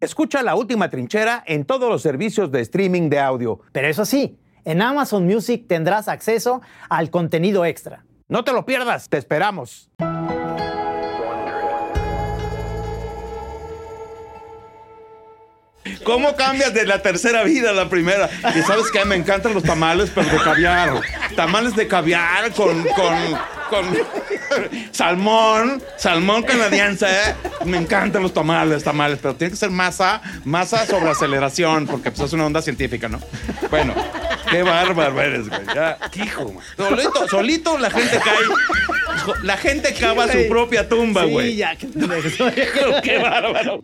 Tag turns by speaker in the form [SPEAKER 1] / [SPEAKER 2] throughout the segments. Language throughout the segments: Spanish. [SPEAKER 1] Escucha la última trinchera en todos los servicios de streaming de audio.
[SPEAKER 2] Pero eso sí, en Amazon Music tendrás acceso al contenido extra.
[SPEAKER 1] No te lo pierdas, te esperamos.
[SPEAKER 3] ¿Cómo cambias de la tercera vida a la primera? Y sabes que me encantan los tamales, pero de caviar. Tamales de caviar con, con, con salmón, salmón canadiense. ¿eh? Me encantan los tamales, tamales, pero tiene que ser masa, masa sobre aceleración, porque pues, es una onda científica, ¿no? Bueno, qué bárbaro eres, güey. Ya, hijo, man. solito, solito la gente cae. La gente cava su propia tumba, güey.
[SPEAKER 2] Sí, ya, qué pendejo.
[SPEAKER 3] Qué bárbaro.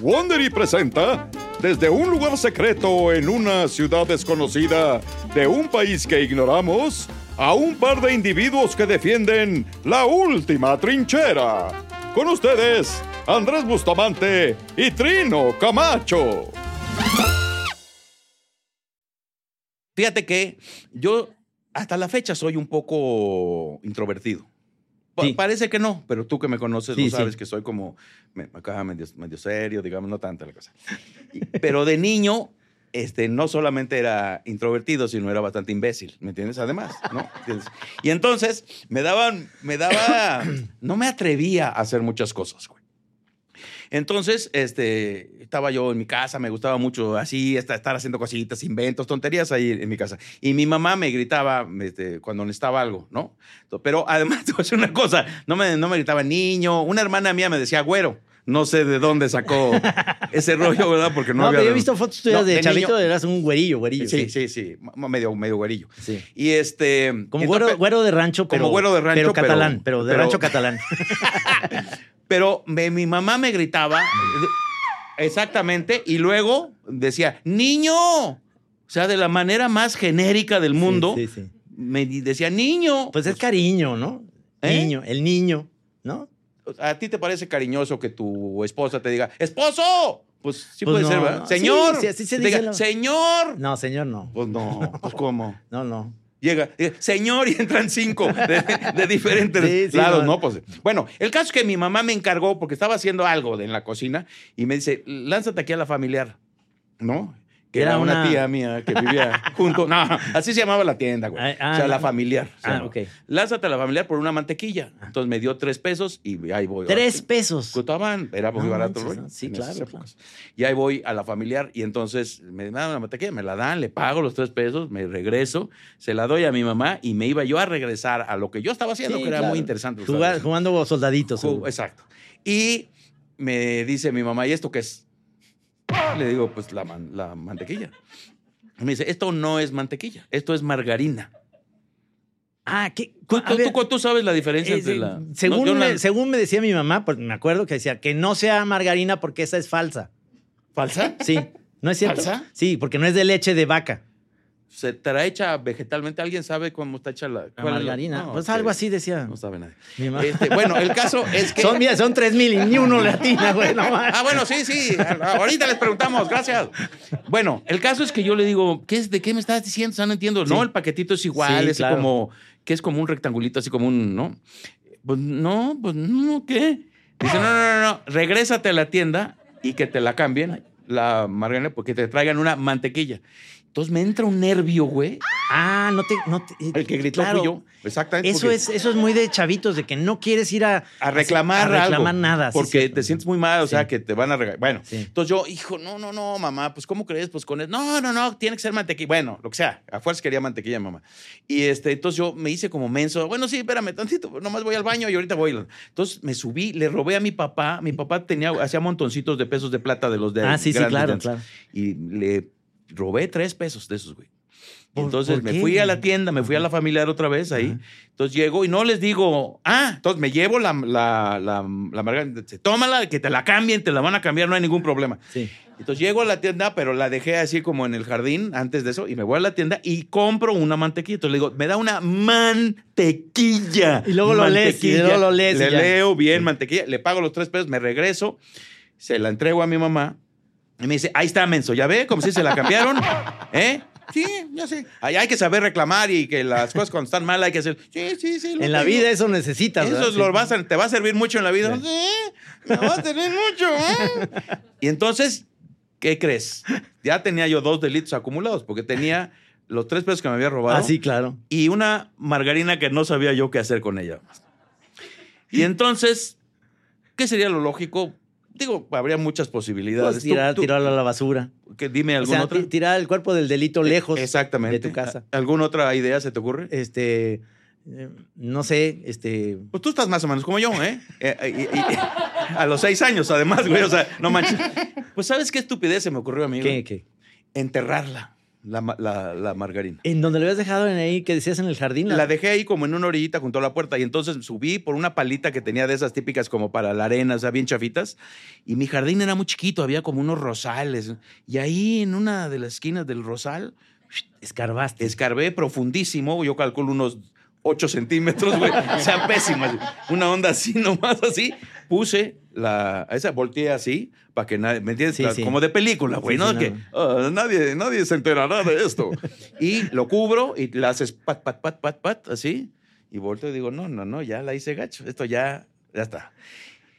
[SPEAKER 4] Wondery presenta desde un lugar secreto en una ciudad desconocida de un país que ignoramos a un par de individuos que defienden la última trinchera. Con ustedes, Andrés Bustamante y Trino Camacho.
[SPEAKER 3] Fíjate que yo hasta la fecha soy un poco introvertido. Pa-
[SPEAKER 2] Sí.
[SPEAKER 3] Parece que no, pero tú que me conoces
[SPEAKER 2] Sí,
[SPEAKER 3] lo
[SPEAKER 2] sí.
[SPEAKER 3] sabes que soy como me, acá medio, medio serio, digamos, no tanta la cosa. Y- Pero de niño, este, no solamente era introvertido, sino era bastante imbécil, ¿me entiendes? Además, ¿no? ¿Entiendes? Y entonces me daban, me daba, no me atrevía a hacer muchas cosas, güey. Entonces, este, estaba yo en mi casa, me gustaba mucho así, esta- estar haciendo cositas, inventos, tonterías ahí en mi casa. Y mi mamá me gritaba este, cuando necesitaba algo, ¿no? To- Pero además, te voy a decir una cosa, no me, no me gritaba niño, una hermana mía me decía güero. No sé de dónde sacó ese rollo, ¿verdad? Porque no,
[SPEAKER 2] No,
[SPEAKER 3] había...
[SPEAKER 2] pero yo he visto fotos tuyas
[SPEAKER 3] No,
[SPEAKER 2] de,
[SPEAKER 3] de
[SPEAKER 2] chavito,
[SPEAKER 3] niño.
[SPEAKER 2] eras un güerillo, güerillo.
[SPEAKER 3] Sí, sí, sí, ma- medio, medio güerillo.
[SPEAKER 2] Sí.
[SPEAKER 3] Y este...
[SPEAKER 2] Como
[SPEAKER 3] entonces,
[SPEAKER 2] güero,
[SPEAKER 3] pe-
[SPEAKER 2] güero de rancho, pero,
[SPEAKER 3] Como güero de rancho,
[SPEAKER 2] pero
[SPEAKER 3] pero-
[SPEAKER 2] catalán, pero, de
[SPEAKER 3] pero-
[SPEAKER 2] rancho catalán.
[SPEAKER 3] Pero me- mi mamá me gritaba. Exactamente. Y luego decía, niño. O sea, de la manera más genérica del mundo,
[SPEAKER 2] Sí, sí, sí.
[SPEAKER 3] me di- decía, niño.
[SPEAKER 2] Pues es cariño, ¿no?
[SPEAKER 3] ¿Eh?
[SPEAKER 2] Niño, el niño, ¿no?
[SPEAKER 3] ¿A ti te parece cariñoso que tu esposa te diga, esposo? Pues sí
[SPEAKER 2] Pues
[SPEAKER 3] puede
[SPEAKER 2] no,
[SPEAKER 3] ser, ¿verdad?
[SPEAKER 2] no.
[SPEAKER 3] Señor.
[SPEAKER 2] Sí, sí, así se
[SPEAKER 3] Que te diga,
[SPEAKER 2] dice lo-
[SPEAKER 3] Señor.
[SPEAKER 2] No, señor, no.
[SPEAKER 3] Pues no, pues cómo.
[SPEAKER 2] No, no.
[SPEAKER 3] Llega, llega, señor, y entran cinco de, de diferentes
[SPEAKER 2] Sí, sí,
[SPEAKER 3] lados,
[SPEAKER 2] no.
[SPEAKER 3] no. Pues, bueno, el caso es que mi mamá me encargó, porque estaba haciendo algo de- en la cocina, y me dice, lánzate aquí a la familiar, ¿no? Que
[SPEAKER 2] Era
[SPEAKER 3] era, una...
[SPEAKER 2] una-
[SPEAKER 3] tía mía que vivía junto. No, así se llamaba la tienda, güey.
[SPEAKER 2] Ah, ah,
[SPEAKER 3] o sea, la
[SPEAKER 2] no.
[SPEAKER 3] familiar. se
[SPEAKER 2] Ah,
[SPEAKER 3] llamaba.
[SPEAKER 2] ok. Ah.
[SPEAKER 3] Lánzate a la familiar por una mantequilla. Entonces me dio tres pesos y ahí voy.
[SPEAKER 2] Tres pesos.
[SPEAKER 3] Costaban, era muy
[SPEAKER 2] No
[SPEAKER 3] barato,
[SPEAKER 2] manches,
[SPEAKER 3] güey.
[SPEAKER 2] ¿no? Sí,
[SPEAKER 3] en esas
[SPEAKER 2] claro,
[SPEAKER 3] épocas. Y ahí voy a la familiar y entonces me dan la mantequilla, me la dan, le pago los tres pesos, me regreso, se la doy a mi mamá y me iba yo a regresar a lo que yo estaba haciendo,
[SPEAKER 2] Sí,
[SPEAKER 3] que era
[SPEAKER 2] claro.
[SPEAKER 3] muy interesante. lo
[SPEAKER 2] Jugar-
[SPEAKER 3] estaba
[SPEAKER 2] jugando soldaditos.
[SPEAKER 3] haciendo.
[SPEAKER 2] seguro.
[SPEAKER 3] Ju- Exacto. Y me dice mi mamá, ¿y esto qué es? Le digo, pues la, man- la mantequilla. Y me dice, esto no es mantequilla, esto es margarina.
[SPEAKER 2] Ah, ¿qué?
[SPEAKER 3] ¿Tú,
[SPEAKER 2] A
[SPEAKER 3] tú-
[SPEAKER 2] ver,
[SPEAKER 3] tú- tú sabes la diferencia
[SPEAKER 2] eh,
[SPEAKER 3] entre
[SPEAKER 2] eh,
[SPEAKER 3] la... no,
[SPEAKER 2] según,
[SPEAKER 3] yo no la-
[SPEAKER 2] me, según me decía mi mamá, porque me acuerdo que decía que no sea margarina porque esa es falsa.
[SPEAKER 3] ¿Falsa?
[SPEAKER 2] Sí, ¿no es cierto?
[SPEAKER 3] ¿Falsa?
[SPEAKER 2] Sí, porque no es de leche de vaca.
[SPEAKER 3] se estará hecha vegetalmente. ¿Alguien sabe cómo está hecha la, Ah,
[SPEAKER 2] La
[SPEAKER 3] cuál es la-
[SPEAKER 2] margarina.
[SPEAKER 3] No,
[SPEAKER 2] pues
[SPEAKER 3] que-
[SPEAKER 2] algo así decía.
[SPEAKER 3] No sabe nadie.
[SPEAKER 2] Mi mamá.
[SPEAKER 3] Este, bueno, el caso es que.
[SPEAKER 2] Son, mira, son tres mil y ni uno latina, güey. No, más.
[SPEAKER 3] Ah, bueno, sí, sí. Ahorita les preguntamos, gracias. Bueno, el caso es que yo le digo, ¿qué es, ¿de qué me estás diciendo? O sea, no entiendo. No, el paquetito es igual,
[SPEAKER 2] Sí,
[SPEAKER 3] es
[SPEAKER 2] claro.
[SPEAKER 3] como, que es como un rectangulito, así como un, ¿no? Pues no, pues no, ¿qué? Dice, no, no, no, no, regrésate a la tienda y que te la cambien, la margarina, porque te traigan una mantequilla. Entonces me entra un nervio, güey.
[SPEAKER 2] Ah, no te. No
[SPEAKER 5] eh,
[SPEAKER 2] te
[SPEAKER 3] El que gritó
[SPEAKER 2] claro,
[SPEAKER 3] fui yo. Exactamente.
[SPEAKER 2] Eso
[SPEAKER 3] porque-
[SPEAKER 2] es, eso es muy de chavitos, de que no quieres ir a,
[SPEAKER 3] a reclamar
[SPEAKER 2] a reclamar
[SPEAKER 3] algo,
[SPEAKER 2] nada. sí,
[SPEAKER 3] porque
[SPEAKER 2] cierto.
[SPEAKER 3] te sientes muy mal o sea
[SPEAKER 2] Sí.
[SPEAKER 3] que te van a regalar bueno
[SPEAKER 2] Sí.
[SPEAKER 3] entonces yo hijo no no no mamá pues cómo crees pues con eso no no no tiene que ser mantequilla bueno lo que sea a fuerza quería mantequilla mamá y este entonces yo me hice como menso bueno sí espérame tantito nomás voy al baño y ahorita voy entonces me subí le robé a mi papá mi papá tenía hacía montoncitos de pesos de plata de los de
[SPEAKER 2] Ah, sí, sí,
[SPEAKER 3] grandes,
[SPEAKER 2] claro,
[SPEAKER 3] grandes.
[SPEAKER 2] claro.
[SPEAKER 3] y le robé tres pesos de esos güey y
[SPEAKER 2] ¿Por-
[SPEAKER 3] entonces
[SPEAKER 2] por
[SPEAKER 3] me
[SPEAKER 2] qué?
[SPEAKER 3] fui a la tienda, me fui a la familiar otra vez ahí.
[SPEAKER 2] Ajá.
[SPEAKER 3] Entonces llego y no les digo, ah, entonces me llevo la, la, la, la margarita. Dice, Tómala, que te la cambien, te la van a cambiar, no hay ningún problema.
[SPEAKER 2] Sí.
[SPEAKER 3] Entonces llego a la tienda, pero la dejé así como en el jardín antes de eso, y me voy a la tienda y compro una mantequilla. Entonces le digo, me da una mantequilla.
[SPEAKER 2] Y luego lo lees, y luego lo lees y
[SPEAKER 3] Le
[SPEAKER 2] ya.
[SPEAKER 3] leo bien
[SPEAKER 2] Sí.
[SPEAKER 3] mantequilla, le pago los tres pesos, me regreso, se la entrego a mi mamá. Y me dice, ahí está, menso, ¿ya ve? Como si se la cambiaron, ¿eh? Sí, ya sé. Ahí hay que saber reclamar y que las cosas cuando están mal hay que hacer. Sí, sí, sí. lo
[SPEAKER 5] En la
[SPEAKER 3] tengo.
[SPEAKER 5] vida eso necesitas.
[SPEAKER 3] Eso
[SPEAKER 5] ¿verdad?
[SPEAKER 3] es lo vas a- te va a servir mucho en la vida. Sí, me va a servir mucho. ¿eh? Y entonces, ¿qué crees? Ya tenía yo dos delitos acumulados porque tenía los tres pesos que me había robado
[SPEAKER 5] Ah, sí, claro.
[SPEAKER 3] y una margarina que no sabía yo qué hacer con ella. Y entonces, ¿qué sería lo lógico? Digo, habría muchas posibilidades.
[SPEAKER 5] Pues
[SPEAKER 3] Tú-
[SPEAKER 5] tirar,
[SPEAKER 3] tú-
[SPEAKER 5] tirarlo a la basura.
[SPEAKER 3] que dime
[SPEAKER 5] O
[SPEAKER 3] alguna
[SPEAKER 5] sea,
[SPEAKER 3] otra.
[SPEAKER 5] ti- tirar el cuerpo del delito
[SPEAKER 3] Eh,
[SPEAKER 5] lejos
[SPEAKER 3] Exactamente.
[SPEAKER 5] de tu casa.
[SPEAKER 3] ¿Alguna otra idea se te ocurre?
[SPEAKER 5] Este, eh, no sé, este,
[SPEAKER 3] Pues tú estás más o menos como yo, ¿eh? Eh, eh, y- y- a los seis años, además, güey. O sea, no manches. Pues, ¿sabes qué estupidez se me ocurrió a mí?
[SPEAKER 5] ¿qué,
[SPEAKER 3] güey?
[SPEAKER 5] qué?
[SPEAKER 3] Enterrarla, la, ma- la- la margarina.
[SPEAKER 5] En donde lo habías dejado en ahí, que decías en el jardín.
[SPEAKER 3] La dejé ahí como en una orillita junto a la puerta y entonces subí por una palita que tenía de esas típicas como para la arena, o sea, bien chafitas. Y mi jardín era muy chiquito, había como unos rosales. Y ahí en una de las esquinas del rosal
[SPEAKER 5] escarbaste.
[SPEAKER 3] escarbé profundísimo, yo calculo unos 8 centímetros, güey. O sea, pésimo. así. Una onda así, nomás así. Puse la. Esa volteé así, para que nadie. ¿Me entiendes?
[SPEAKER 5] Sí,
[SPEAKER 3] La-
[SPEAKER 5] sí.
[SPEAKER 3] Como de película, güey.
[SPEAKER 5] Sí,
[SPEAKER 3] ¿no?
[SPEAKER 5] sí,
[SPEAKER 3] que "Ah, nadie, nadie se enterará de esto. y lo cubro y la haces pat, pat, pat, pat, pat, así. Y volteo y digo, no, no, no, ya la hice gacho. Esto ya, ya está.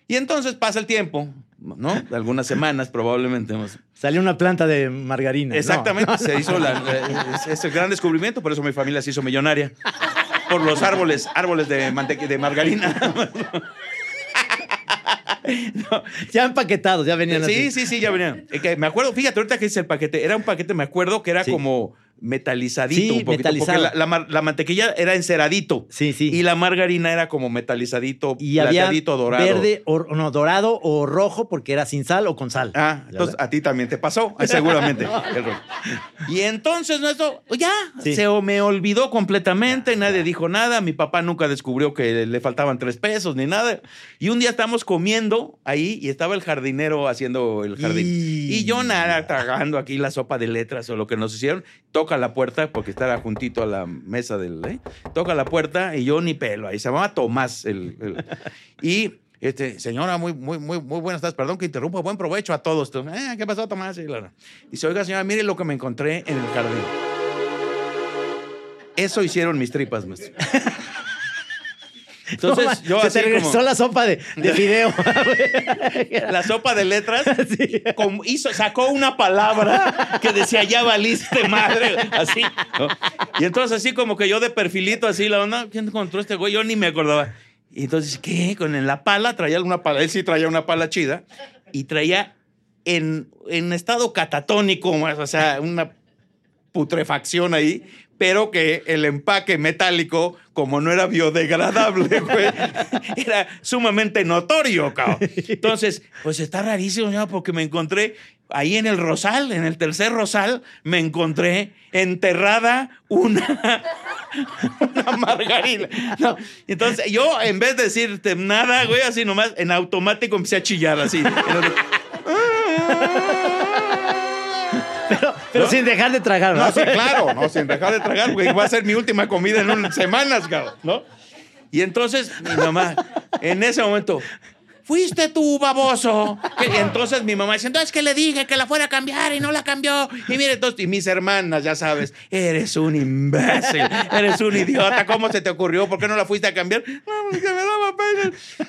[SPEAKER 3] Y entonces pasa el tiempo, ¿no? Algunas semanas probablemente. más.
[SPEAKER 5] Salió una planta de margarina. No.
[SPEAKER 3] Exactamente, se hizo la- eh, es, es el gran descubrimiento, por eso mi familia se hizo millonaria. Por los árboles, árboles de, manteque- de margarina.
[SPEAKER 5] Ya empaquetados, ya venían
[SPEAKER 3] Sí,
[SPEAKER 5] así.
[SPEAKER 3] sí, sí, ya venían. Eh, que Me acuerdo, fíjate, ahorita que dice el paquete, era un paquete, me acuerdo que era
[SPEAKER 5] Sí.
[SPEAKER 3] como metalizadito
[SPEAKER 5] Sí,
[SPEAKER 3] un poquito,
[SPEAKER 5] metalizado.
[SPEAKER 3] porque la, la mar- la mantequilla era enceradito
[SPEAKER 5] Sí, sí.
[SPEAKER 3] y la margarina era como metalizadito,
[SPEAKER 5] Y había
[SPEAKER 3] plateadito, dorado.
[SPEAKER 5] verde, o, no, dorado o rojo porque era sin sal o con sal.
[SPEAKER 3] Ah, entonces a ti también te pasó, eh, seguramente. el rollo. y entonces no, esto pues, ya
[SPEAKER 5] Sí.
[SPEAKER 3] se o- me olvidó completamente, nadie dijo nada, mi papá nunca descubrió que le faltaban tres pesos ni nada. Y un día estamos comiendo ahí y estaba el jardinero haciendo el jardín.
[SPEAKER 5] Y-
[SPEAKER 3] Y, yo nada, tragando aquí la sopa de letras o lo que nos hicieron, toca la puerta porque estaba juntito a la mesa del... ¿eh? Toca la puerta y yo ni pelo, ahí se llamaba Tomás el- el y este, señora, muy, muy, muy, muy buenas tardes. Perdón que interrumpa. Buen provecho a todos. Eh, ¿Qué pasó, Tomás? Y la- la. Dice, oiga, señora, mire lo que me encontré en el jardín. Eso hicieron mis tripas, maestro. Entonces,
[SPEAKER 5] Toma,
[SPEAKER 3] yo
[SPEAKER 5] se
[SPEAKER 3] así
[SPEAKER 5] te regresó
[SPEAKER 3] como-
[SPEAKER 5] la sopa de, de video.
[SPEAKER 3] la sopa de letras com- hizo, sacó una palabra que decía ya valiste madre así ¿no? y entonces así como que yo de perfilito así la onda quién encontró este güey yo ni me acordaba y entonces qué con en la pala traía una pala él sí traía una pala chida y traía en, en estado catatónico más, o sea una putrefacción ahí, pero que el empaque metálico, como no era biodegradable, güey, era sumamente notorio, cabrón. Entonces, pues está rarísimo, ¿no? porque me encontré ahí en el rosal, en el tercer rosal, me encontré enterrada una, una margarina. No, entonces, yo en vez de decirte nada, güey, así nomás, en automático empecé a chillar, así.
[SPEAKER 5] pero pero
[SPEAKER 3] ¿No?
[SPEAKER 5] sin dejar de tragar.
[SPEAKER 3] No,
[SPEAKER 5] ¿verdad?
[SPEAKER 3] sí, claro, no, sin dejar de tragar, porque va a ser mi última comida en unas semanas, cabrón, ¿no? Y entonces, mi mamá, en ese momento, fuiste tú, baboso. Que- Y entonces mi mamá dice, entonces que le dije que la fuera a cambiar y no la cambió. Y mire, entonces, y mis hermanas, ya sabes, eres un imbécil, eres un idiota, ¿cómo se te ocurrió? ¿Por qué no la fuiste a cambiar? No, porque me daba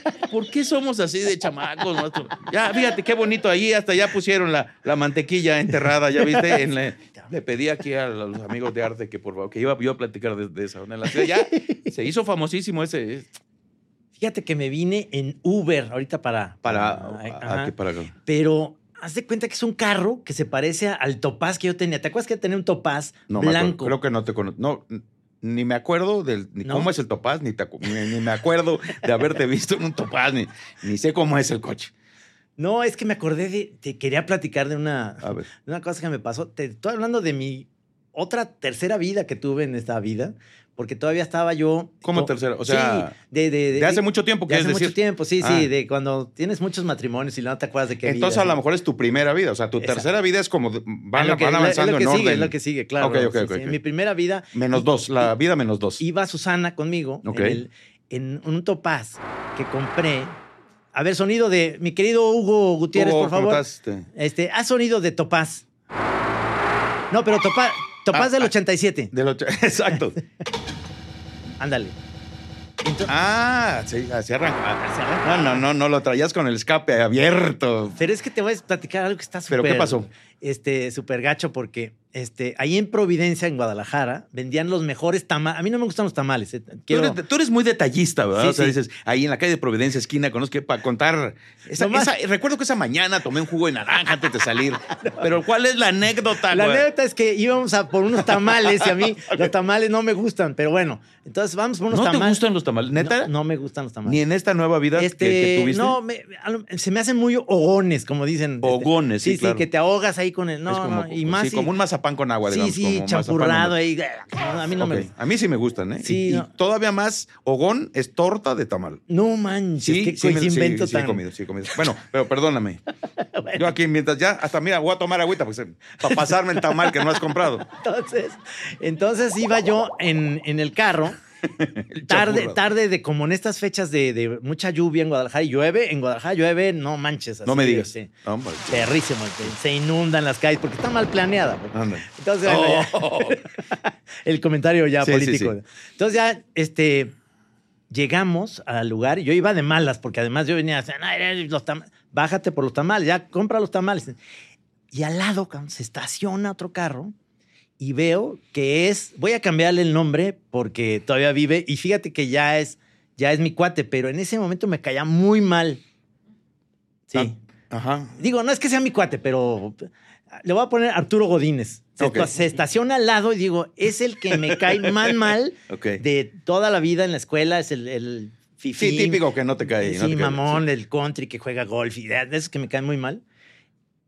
[SPEAKER 3] pena. ¿Por qué somos así de chamacos? maestro? Ya, fíjate, qué bonito ahí, hasta ya pusieron la, la mantequilla enterrada, ya viste. En la- le pedí aquí a los amigos de arte que por favor, que iba yo a platicar de, de esa. onda en la ciudad. Ya se hizo famosísimo ese.
[SPEAKER 5] Fíjate que me vine en Uber ahorita para.
[SPEAKER 3] Para,
[SPEAKER 5] ajá.
[SPEAKER 3] a- a que para acá.
[SPEAKER 5] Pero haz de cuenta que es un carro que se parece al topaz que yo tenía. ¿Te acuerdas que yo tenía un topaz
[SPEAKER 3] No, me acuerdo.
[SPEAKER 5] blanco?
[SPEAKER 3] creo que no te conozco. No, n- ni me acuerdo del ni
[SPEAKER 5] No.
[SPEAKER 3] cómo es el topaz, ni, te acu- ni, ni me acuerdo de haberte visto en un topaz, ni, ni sé cómo es el coche.
[SPEAKER 5] No, es que me acordé de. Te quería platicar de una,
[SPEAKER 3] A ver.
[SPEAKER 5] de una cosa que me pasó. Te estoy hablando de mi otra tercera vida que tuve en esta vida, porque todavía estaba yo.
[SPEAKER 3] ¿Cómo
[SPEAKER 5] co-
[SPEAKER 3] tercera? O sea,
[SPEAKER 5] Oh, Sí, de, de,
[SPEAKER 3] de hace mucho tiempo,
[SPEAKER 5] de
[SPEAKER 3] quieres
[SPEAKER 5] hace mucho
[SPEAKER 3] decir.
[SPEAKER 5] tiempo, sí, sí,
[SPEAKER 3] Ah.
[SPEAKER 5] de cuando tienes muchos matrimonios y no te acuerdas de qué
[SPEAKER 3] Entonces,
[SPEAKER 5] vida,
[SPEAKER 3] a lo
[SPEAKER 5] ¿no?
[SPEAKER 3] mejor es tu primera vida. O sea, tu
[SPEAKER 5] Exacto.
[SPEAKER 3] tercera vida es como de-
[SPEAKER 5] Es
[SPEAKER 3] van,
[SPEAKER 5] lo que-
[SPEAKER 3] van
[SPEAKER 5] es lo-
[SPEAKER 3] avanzando
[SPEAKER 5] es lo que
[SPEAKER 3] en
[SPEAKER 5] sigue,
[SPEAKER 3] orden.
[SPEAKER 5] Es lo que sigue, claro.
[SPEAKER 3] Ok, ok,
[SPEAKER 5] Sí,
[SPEAKER 3] ok,
[SPEAKER 5] sí,
[SPEAKER 3] ok.
[SPEAKER 5] En mi primera vida
[SPEAKER 3] Menos dos, la vida menos dos.
[SPEAKER 5] iba Susana conmigo
[SPEAKER 3] Ok.
[SPEAKER 5] en, el- en un topaz que compré. A ver, sonido de mi querido Hugo Gutiérrez,
[SPEAKER 3] Hugo,
[SPEAKER 5] por
[SPEAKER 3] ¿cómo Este,
[SPEAKER 5] favor.
[SPEAKER 3] estás? Este,
[SPEAKER 5] Este, haz sonido de topaz. No, pero topaz, Topaz
[SPEAKER 3] Ah,
[SPEAKER 5] del
[SPEAKER 3] ah.
[SPEAKER 5] 87.
[SPEAKER 3] Del ocho- Exacto.
[SPEAKER 5] Ándale. Entonces,
[SPEAKER 3] Ah, sí, así arranca. Ah, No, no, no, no lo traías con el escape abierto.
[SPEAKER 5] Pero es que te voy a platicar algo que está súper.
[SPEAKER 3] ¿Pero qué pasó?
[SPEAKER 5] Este, súper gacho, porque este, ahí en Providencia, en Guadalajara, vendían los mejores tamales. A mí no me gustan los tamales. eh, quiero-
[SPEAKER 3] Tú, eres, tú eres muy detallista, ¿verdad?
[SPEAKER 5] Sí,
[SPEAKER 3] o sea,
[SPEAKER 5] sí.
[SPEAKER 3] dices, ahí en la calle de Providencia, esquina, conozco que para contar. Esa-
[SPEAKER 5] Nomás-
[SPEAKER 3] esa- recuerdo que esa mañana tomé un jugo de naranja antes de salir. Pero ¿cuál es la anécdota?
[SPEAKER 5] La
[SPEAKER 3] güey?
[SPEAKER 5] neta es que íbamos a por unos tamales y a mí los tamales no me gustan, pero bueno, entonces vamos por unos
[SPEAKER 3] ¿No
[SPEAKER 5] tamales.
[SPEAKER 3] te gustan los tamales? ¿Neta?
[SPEAKER 5] No, no me gustan los
[SPEAKER 3] Ni
[SPEAKER 5] tamales.
[SPEAKER 3] en esta nueva vida que-
[SPEAKER 5] este,
[SPEAKER 3] que, tuviste.
[SPEAKER 5] no, me- a lo- se me hacen muy hogones, como dicen. Este,
[SPEAKER 3] Hogones, sí,
[SPEAKER 5] sí,
[SPEAKER 3] claro.
[SPEAKER 5] sí, que te ahogas ahí con el. No,
[SPEAKER 3] Es como,
[SPEAKER 5] no, y más.
[SPEAKER 3] sí,
[SPEAKER 5] si-
[SPEAKER 3] como un mazapán con agua, digamos.
[SPEAKER 5] sí,
[SPEAKER 3] como
[SPEAKER 5] sí,
[SPEAKER 3] mazapán
[SPEAKER 5] champurrado
[SPEAKER 3] húmedo.
[SPEAKER 5] ahí. A mí no me
[SPEAKER 3] Ok,
[SPEAKER 5] gusta.
[SPEAKER 3] A mí sí me gustan, ¿eh?
[SPEAKER 5] Sí,
[SPEAKER 3] y, y
[SPEAKER 5] no.
[SPEAKER 3] todavía más, hogón es torta de tamal.
[SPEAKER 5] No manches, qué
[SPEAKER 3] me-
[SPEAKER 5] invento
[SPEAKER 3] sí,
[SPEAKER 5] tan.
[SPEAKER 3] he comido, sí he comido. Bueno, pero perdóname. Yo aquí mientras ya, hasta mira, voy a tomar agüita pues, eh, para pasarme el tamal que no has comprado.
[SPEAKER 5] Entonces, entonces iba yo en, en el carro, tarde,
[SPEAKER 3] champurrado.
[SPEAKER 5] tarde de como en estas fechas de, de mucha lluvia en Guadalajara, y llueve, en Guadalajara llueve, no manches.
[SPEAKER 3] No
[SPEAKER 5] así
[SPEAKER 3] me
[SPEAKER 5] de-
[SPEAKER 3] digas.
[SPEAKER 5] sí,
[SPEAKER 3] No, hombre.
[SPEAKER 5] Perrísimo, se- se inundan las calles porque está mal planeada. pues.
[SPEAKER 3] Ándale. Oh.
[SPEAKER 5] Entonces, bueno, ya- el comentario ya
[SPEAKER 3] Sí, sí,
[SPEAKER 5] político.
[SPEAKER 3] sí.
[SPEAKER 5] Entonces ya, este, llegamos al lugar y yo iba de malas, porque además yo venía a decir, los tamales, bájate por los tamales, ya compra los tamales. Y al lado cabrón, se estaciona otro carro y veo que es, voy a cambiarle el nombre porque todavía vive y fíjate que ya es, ya es mi cuate, pero en ese momento me caía muy mal. Sí.
[SPEAKER 3] Ah. Ajá.
[SPEAKER 5] Digo, no es que sea mi cuate, pero le voy a poner Arturo Godínez. Se,
[SPEAKER 3] Ok.
[SPEAKER 5] esta- se estaciona al lado y digo, es el que me cae más mal
[SPEAKER 3] Ok.
[SPEAKER 5] de toda la vida en la escuela, es el, el fifí.
[SPEAKER 3] sí, típico que no te cae.
[SPEAKER 5] Sí,
[SPEAKER 3] no te cae.
[SPEAKER 5] mamón, el country que juega golf y de de esos que me caen muy mal.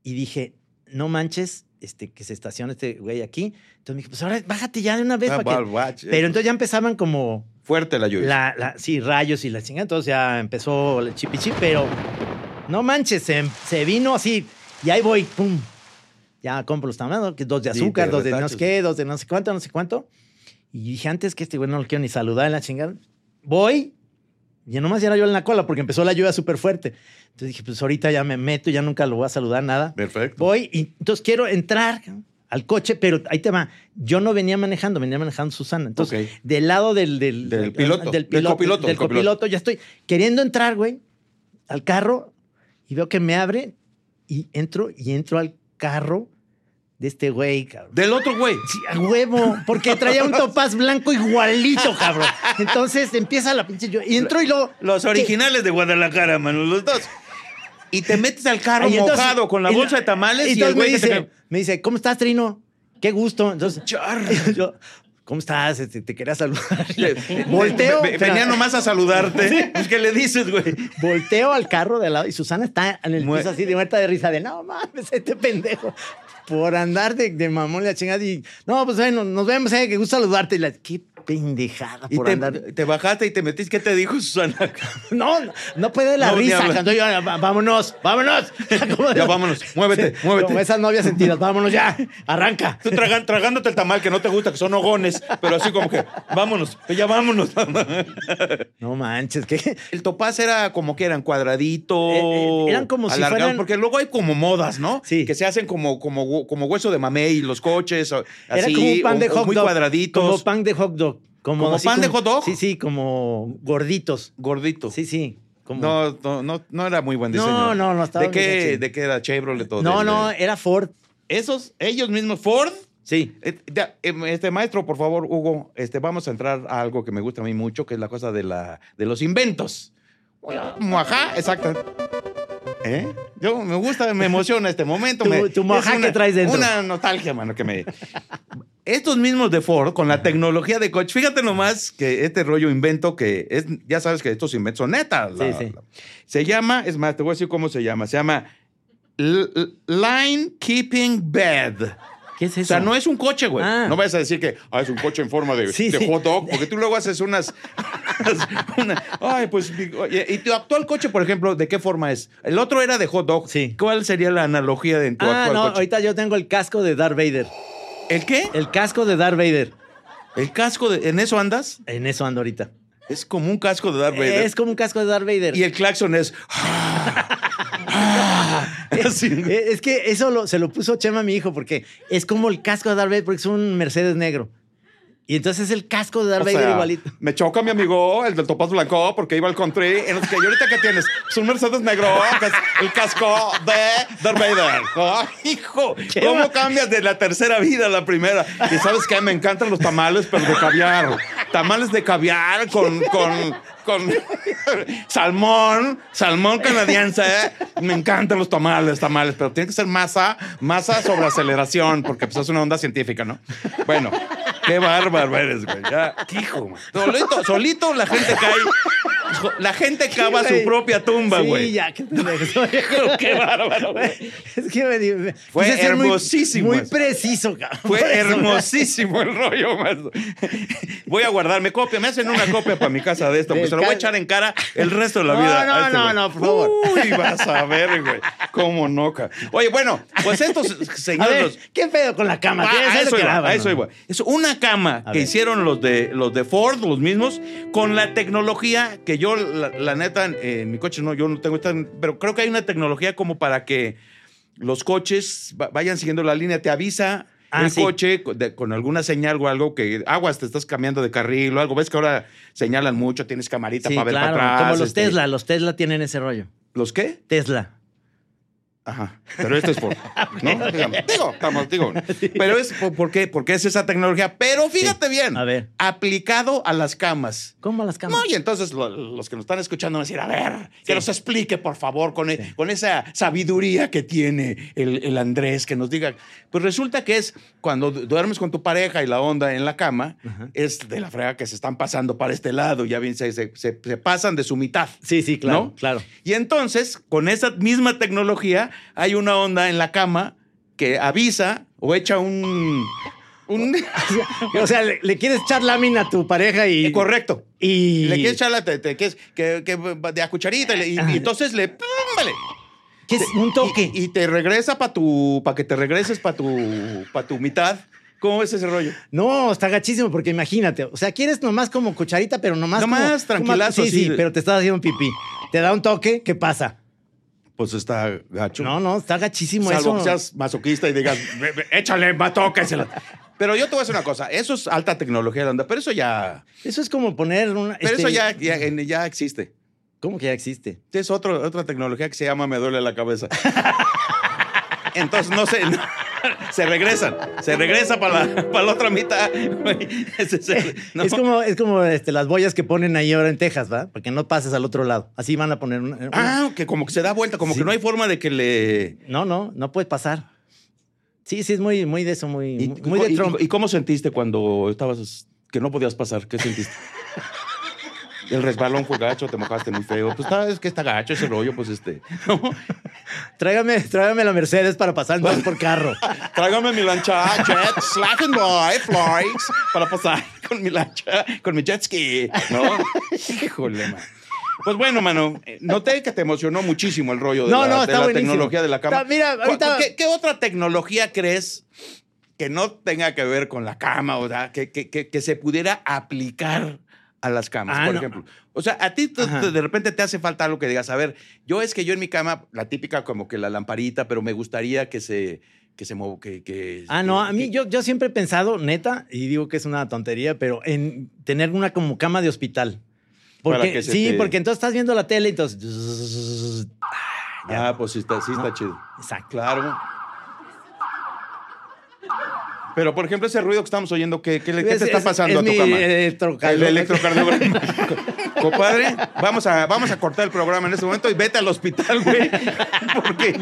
[SPEAKER 5] Y dije, no manches, este, que se estacione este güey aquí. Entonces me dije, pues ahora bájate ya de una vez.
[SPEAKER 3] Ah,
[SPEAKER 5] para que-".
[SPEAKER 3] Wild Watch.
[SPEAKER 5] Pero entonces ya empezaban como
[SPEAKER 3] Fuerte la lluvia.
[SPEAKER 5] la, la- sí, rayos y la chingada. Entonces ya empezó el chipichip, pero no manches, se, se vino así. Y ahí voy, pum. Ya compro los tamales, que dos de
[SPEAKER 3] Sí,
[SPEAKER 5] azúcar,
[SPEAKER 3] te
[SPEAKER 5] dos de no sé
[SPEAKER 3] retachas.
[SPEAKER 5] qué, dos de no sé cuánto, no sé cuánto. Y dije, antes que este güey no lo quiero ni saludar en la chingada, voy. Y nomás ya era yo en la cola porque empezó la lluvia súper fuerte. Entonces dije, pues ahorita ya me meto, ya nunca lo voy a saludar, nada.
[SPEAKER 3] Perfecto.
[SPEAKER 5] Voy y entonces quiero entrar al coche, pero ahí te va. Yo no venía manejando, venía manejando Susana. Entonces,
[SPEAKER 3] Ok.
[SPEAKER 5] del lado del, del,
[SPEAKER 3] Del piloto,
[SPEAKER 5] del
[SPEAKER 3] del
[SPEAKER 5] piloto,
[SPEAKER 3] copiloto,
[SPEAKER 5] del
[SPEAKER 3] del copiloto.
[SPEAKER 5] copiloto, ya estoy queriendo entrar, güey, al carro y veo que me abre y entro y entro al carro de este güey, cabrón.
[SPEAKER 3] Del otro güey.
[SPEAKER 5] Sí, a huevo, porque traía un topaz blanco igualito, cabrón. Entonces empieza la pinche yo y entro y lo
[SPEAKER 3] Los originales de Guadalajara, mano, los dos. Y te metes al carro
[SPEAKER 5] Ahí
[SPEAKER 3] mojado
[SPEAKER 5] entonces-
[SPEAKER 3] con la
[SPEAKER 5] y-
[SPEAKER 3] bolsa de tamales y, el
[SPEAKER 5] entonces
[SPEAKER 3] güey
[SPEAKER 5] me
[SPEAKER 3] que te
[SPEAKER 5] dice,
[SPEAKER 3] cae-
[SPEAKER 5] me dice, ¿cómo estás, Trino? Qué gusto. Entonces, yo, ¿cómo estás? Este, te quería saludar. volteo.
[SPEAKER 3] Ve- ve- Venía
[SPEAKER 5] espera,
[SPEAKER 3] nomás a saludarte. Pues, ¿Qué le dices, güey?
[SPEAKER 5] Volteo al carro de al lado y Susana está en el
[SPEAKER 3] Mue-
[SPEAKER 5] piso así de muerta de risa de, no mames, este pendejo. Por andar de, de mamón la chingada y, no, pues bueno, nos vemos, eh, que gusto saludarte. Y la, qué pendejada
[SPEAKER 3] Y
[SPEAKER 5] por
[SPEAKER 3] te,
[SPEAKER 5] andar.
[SPEAKER 3] te bajaste y te metiste. ¿Qué te dijo Susana?
[SPEAKER 5] No, no, no puede la
[SPEAKER 3] No, ni
[SPEAKER 5] risa.
[SPEAKER 3] hablar.
[SPEAKER 5] Cuando yo, "Ah, "Va- vámonos, vámonos. Como-
[SPEAKER 3] ya vámonos. Muévete, muévete.
[SPEAKER 5] Como esas novias sentidas, vámonos ya, arranca.
[SPEAKER 3] Tú traga- tragándote el tamal que no te gusta, que son ogones, pero así como que, vámonos, pues ya vámonos.
[SPEAKER 5] No manches, que
[SPEAKER 3] El topaz era como que eran cuadradito.
[SPEAKER 5] Eh, eh, eran como si
[SPEAKER 3] alargado,
[SPEAKER 5] fueran-
[SPEAKER 3] Porque luego hay como modas, ¿no?
[SPEAKER 5] Sí.
[SPEAKER 3] Que se hacen como, como, hu- como hueso de mamey, los coches. o-
[SPEAKER 5] era
[SPEAKER 3] así,
[SPEAKER 5] como un pan
[SPEAKER 3] o-
[SPEAKER 5] de
[SPEAKER 3] o
[SPEAKER 5] hot
[SPEAKER 3] Muy
[SPEAKER 5] dog.
[SPEAKER 3] cuadraditos.
[SPEAKER 5] Como pan de hot dog. Como,
[SPEAKER 3] ¿Como
[SPEAKER 5] así
[SPEAKER 3] pan de hot dog?
[SPEAKER 5] Sí, sí, como gorditos.
[SPEAKER 3] Gordito.
[SPEAKER 5] Sí, sí. Como,
[SPEAKER 3] No, no, no, no era muy buen
[SPEAKER 5] No,
[SPEAKER 3] diseño.
[SPEAKER 5] no, no estaba
[SPEAKER 3] ¿De
[SPEAKER 5] bien
[SPEAKER 3] qué,
[SPEAKER 5] hecho.
[SPEAKER 3] ¿De qué era Chevrolet todo?
[SPEAKER 5] no, no, era Ford.
[SPEAKER 3] Esos, ellos mismos, Ford.
[SPEAKER 5] Sí.
[SPEAKER 3] Eh, ya, em, Este maestro, por favor, Hugo, este, vamos a entrar a algo que me gusta a mí mucho, que es la cosa de, la, de los inventos. Muajá, exacto. ¿Eh? Yo me gusta, me emociona este momento.
[SPEAKER 5] Tu-
[SPEAKER 3] me-
[SPEAKER 5] tu moajá
[SPEAKER 3] es una-
[SPEAKER 5] que traes dentro.
[SPEAKER 3] Una nostalgia, mano, que me. Estos mismos de Ford, con la tecnología de coche, fíjate nomás que este rollo invento que es, ya sabes que estos inventos son netas. la-
[SPEAKER 5] Sí, sí.
[SPEAKER 3] la- se llama, es más, te voy a decir cómo se llama. Se llama L- L- Line Keeping Bed.
[SPEAKER 5] ¿Qué es eso?
[SPEAKER 3] O sea, no es un coche, güey.
[SPEAKER 5] Ah.
[SPEAKER 3] No vayas a decir que ah, es un coche en forma de,
[SPEAKER 5] Sí,
[SPEAKER 3] de
[SPEAKER 5] sí.
[SPEAKER 3] hot dog, porque tú luego haces unas. una- ay, pues. mi- oye, Y tu actual coche, por ejemplo, ¿de qué forma es? El otro era de hot dog.
[SPEAKER 5] Sí.
[SPEAKER 3] ¿Cuál sería la analogía de en tu
[SPEAKER 5] Ah,
[SPEAKER 3] actual
[SPEAKER 5] no,
[SPEAKER 3] coche?
[SPEAKER 5] ahorita yo tengo el casco de Darth Vader.
[SPEAKER 3] ¿El qué?
[SPEAKER 5] El casco de Darth Vader.
[SPEAKER 3] ¿El casco? De, ¿En eso andas?
[SPEAKER 5] En eso ando ahorita.
[SPEAKER 3] Es como un casco de Darth Vader.
[SPEAKER 5] Es como un casco de Darth Vader.
[SPEAKER 3] Y el claxon es.
[SPEAKER 6] Casi.
[SPEAKER 5] Eh, Es que eso lo- se lo puso Chema a mi hijo porque es como el casco de Darth Vader porque es un Mercedes negro. Y entonces es el casco de Darth
[SPEAKER 3] O
[SPEAKER 5] Vader
[SPEAKER 3] sea,
[SPEAKER 5] igualito.
[SPEAKER 3] Me choca mi amigo, el del Topaz Blanco, porque iba al country. En los que, ¿Y ahorita qué tienes? Es un Mercedes negro, que es el casco de Darth Vader. ¡Ay, hijo! ¿Cómo cambias de la tercera vida a la primera? Y ¿sabes qué? Me encantan los tamales, pero de caviar. Tamales de caviar con... con con salmón, salmón canadiense. ¿eh? Me encantan los tamales, tamales, pero tiene que ser masa, masa sobre aceleración, porque pues es una onda científica, ¿no? Bueno, qué bárbaro eres, güey. Ya, hijo, güey. solito, solito la gente cae, hijo, la gente cava su
[SPEAKER 5] güey.
[SPEAKER 3] propia tumba,
[SPEAKER 5] sí,
[SPEAKER 3] güey.
[SPEAKER 5] ya, qué pendejo soy.
[SPEAKER 3] Qué bárbaro, güey.
[SPEAKER 5] Es que me, di- me-
[SPEAKER 3] Fue
[SPEAKER 5] quise ser muy-
[SPEAKER 3] hermosísimo
[SPEAKER 5] Muy,
[SPEAKER 3] eso.
[SPEAKER 5] preciso, cabrón.
[SPEAKER 3] Fue
[SPEAKER 5] Por eso,
[SPEAKER 3] hermosísimo el rollo, maestro. Voy a guardarme copia. Me hacen una copia para mi casa de esto, porque
[SPEAKER 5] Del
[SPEAKER 3] se lo voy a
[SPEAKER 5] ca-
[SPEAKER 3] echar en cara el resto de la
[SPEAKER 5] No,
[SPEAKER 3] vida. a este
[SPEAKER 5] no, no,
[SPEAKER 3] güey.
[SPEAKER 5] no, por favor.
[SPEAKER 3] Uy, vas a ver, güey. Cómo noca. Oye, bueno, pues estos
[SPEAKER 5] A
[SPEAKER 3] señores.
[SPEAKER 5] ver,
[SPEAKER 3] los-
[SPEAKER 5] ¿qué pedo con la cama?
[SPEAKER 3] Ah,
[SPEAKER 5] Tienes
[SPEAKER 3] a
[SPEAKER 5] eso
[SPEAKER 3] eso
[SPEAKER 5] que
[SPEAKER 3] iba,
[SPEAKER 5] daba,
[SPEAKER 3] a
[SPEAKER 5] ¿no?
[SPEAKER 3] eso iba. Es una cama
[SPEAKER 5] A
[SPEAKER 3] que
[SPEAKER 5] ver.
[SPEAKER 3] hicieron los de, los de Ford, los mismos, con la tecnología que yo, la, la neta, eh, en mi coche no, yo no tengo esta, pero creo que hay una tecnología como para que los coches va- vayan siguiendo la línea, te avisa.
[SPEAKER 5] Ah,
[SPEAKER 3] el
[SPEAKER 5] sí.
[SPEAKER 3] coche co- de- con alguna señal o algo que aguas te estás cambiando de carril o algo ves que ahora señalan mucho tienes camarita
[SPEAKER 5] Sí,
[SPEAKER 3] para ver
[SPEAKER 5] claro.
[SPEAKER 3] para atrás
[SPEAKER 5] como los
[SPEAKER 3] este,
[SPEAKER 5] Tesla, los Tesla tienen ese rollo.
[SPEAKER 3] los qué
[SPEAKER 5] Tesla.
[SPEAKER 3] Ajá. Pero este es por. ¿no? Digamos, digo, estamos, digo. Pero es por, ¿por qué? Porque es esa tecnología. Pero fíjate bien.
[SPEAKER 5] A ver.
[SPEAKER 3] Aplicado a las camas.
[SPEAKER 5] ¿Cómo las camas?
[SPEAKER 3] No, y entonces lo- los que nos están escuchando van a decir, a ver, que nos explique, por favor, con, e- con esa sabiduría que tiene el, el Andrés, que nos diga. Pues resulta que es cuando du- duermes con tu pareja y la onda en la cama, es de la frega que se están pasando para este lado, ya bien, se, se- se- se pasan de su mitad.
[SPEAKER 5] Sí, sí, claro,
[SPEAKER 3] ¿no?
[SPEAKER 5] claro.
[SPEAKER 3] Y entonces, con esa misma tecnología, hay una onda en la cama que avisa o echa un... un
[SPEAKER 5] O sea, le, le quieres echar lámina a tu pareja y.
[SPEAKER 3] correcto.
[SPEAKER 5] Y.
[SPEAKER 3] Eh, Le quieres echar la... Te, te quieres- que, que de a cucharita y, le- y- y entonces le... ¡pum! vale.
[SPEAKER 5] ¿Qué es? Un toque.
[SPEAKER 3] Y, y te regresa para tu... Para que te regreses para tu... Para tu mitad. ¿Cómo ves ese rollo?
[SPEAKER 5] No, está gachísimo porque imagínate, o sea, quieres nomás como cucharita, pero nomás
[SPEAKER 3] Nomás,
[SPEAKER 5] como,
[SPEAKER 3] tranquilazo,
[SPEAKER 5] sí, sí,
[SPEAKER 3] así de-
[SPEAKER 5] pero te estás haciendo pipí. Te da un toque, ¿qué pasa?
[SPEAKER 3] Pues está gacho.
[SPEAKER 5] No, no, está gachísimo
[SPEAKER 3] Salvo
[SPEAKER 5] eso.
[SPEAKER 3] que seas masoquista y digas, "Ve, ve, échale, va, tócasela. Pero yo te voy a decir una cosa. Eso es alta tecnología, la onda. Pero eso ya...
[SPEAKER 5] Eso es como poner una
[SPEAKER 3] Pero
[SPEAKER 5] este,
[SPEAKER 3] eso ya- ya, en- ya existe.
[SPEAKER 5] ¿Cómo que ya existe?
[SPEAKER 3] Es otro- otra tecnología que se llama me duele la cabeza. Entonces, no sé. no- se regresan. Se regresa para la, para la otra mitad. güey. Ese Es, el- no.
[SPEAKER 5] Es como, es como este, las boyas que ponen ahí ahora en Texas, ¿va? Porque no pases al otro lado. Así van a poner una. una-
[SPEAKER 3] Ah, que como que se da vuelta, como
[SPEAKER 5] Sí.
[SPEAKER 3] que no hay forma de que le.
[SPEAKER 5] No, no, no puedes pasar. Sí, sí, es muy, muy de eso, muy,
[SPEAKER 3] ¿Y,
[SPEAKER 5] muy de
[SPEAKER 3] y-
[SPEAKER 5] Trump.
[SPEAKER 3] y cómo sentiste cuando estabas que no podías pasar? ¿Qué sentiste? El resbalón fue gacho, te mojaste muy feo. Pues sabes que está gacho ese rollo, pues este.
[SPEAKER 5] Tráigame, tráigame la Mercedes para pasar más por carro.
[SPEAKER 3] Tráigame mi lancha, jet, slack and boy, flights, para pasar con mi lancha, con mi jet ski. ¿No? Híjole, man. Pues bueno, mano, eh, noté que te emocionó muchísimo el rollo de
[SPEAKER 5] No,
[SPEAKER 3] la,
[SPEAKER 5] no,
[SPEAKER 3] de
[SPEAKER 5] está
[SPEAKER 3] la
[SPEAKER 5] buenísimo.
[SPEAKER 3] tecnología de la cama.
[SPEAKER 5] Está- Ah, mira,
[SPEAKER 3] ¿Cu-
[SPEAKER 5] ahorita-
[SPEAKER 3] ¿Qué, qué otra tecnología crees que no tenga que ver con la cama, o sea, que, que- que- que se pudiera aplicar a las camas,
[SPEAKER 5] Ah,
[SPEAKER 3] por
[SPEAKER 5] no.
[SPEAKER 3] ejemplo? O sea, a ti te-
[SPEAKER 5] Ajá.
[SPEAKER 3] te- de repente te hace falta algo que digas, a ver, yo es que yo en mi cama, la típica como que la lamparita, pero me gustaría que se, que se mueva, que, que-
[SPEAKER 5] Ah, no, a mí
[SPEAKER 3] que-
[SPEAKER 5] yo, yo siempre he pensado, neta, y digo que es una tontería, pero en tener una como cama de hospital.
[SPEAKER 3] Para
[SPEAKER 5] Porque,
[SPEAKER 3] que se
[SPEAKER 5] sí,
[SPEAKER 3] te-
[SPEAKER 5] porque entonces estás viendo la tele y entonces...
[SPEAKER 3] Ah, pues sí está, sí está chido.
[SPEAKER 5] Exacto.
[SPEAKER 3] Claro. Pero, por ejemplo, ese ruido que estamos oyendo, ¿qué, qué le- qué
[SPEAKER 5] Es-
[SPEAKER 3] te está
[SPEAKER 5] es-
[SPEAKER 3] pasando a
[SPEAKER 5] es
[SPEAKER 3] tu
[SPEAKER 5] mi eh,
[SPEAKER 3] cama? El
[SPEAKER 5] electrocardiograma.
[SPEAKER 3] electrocardiograma. Compadre, vamos a, vamos a cortar el programa en este momento y vete al hospital, güey. Porque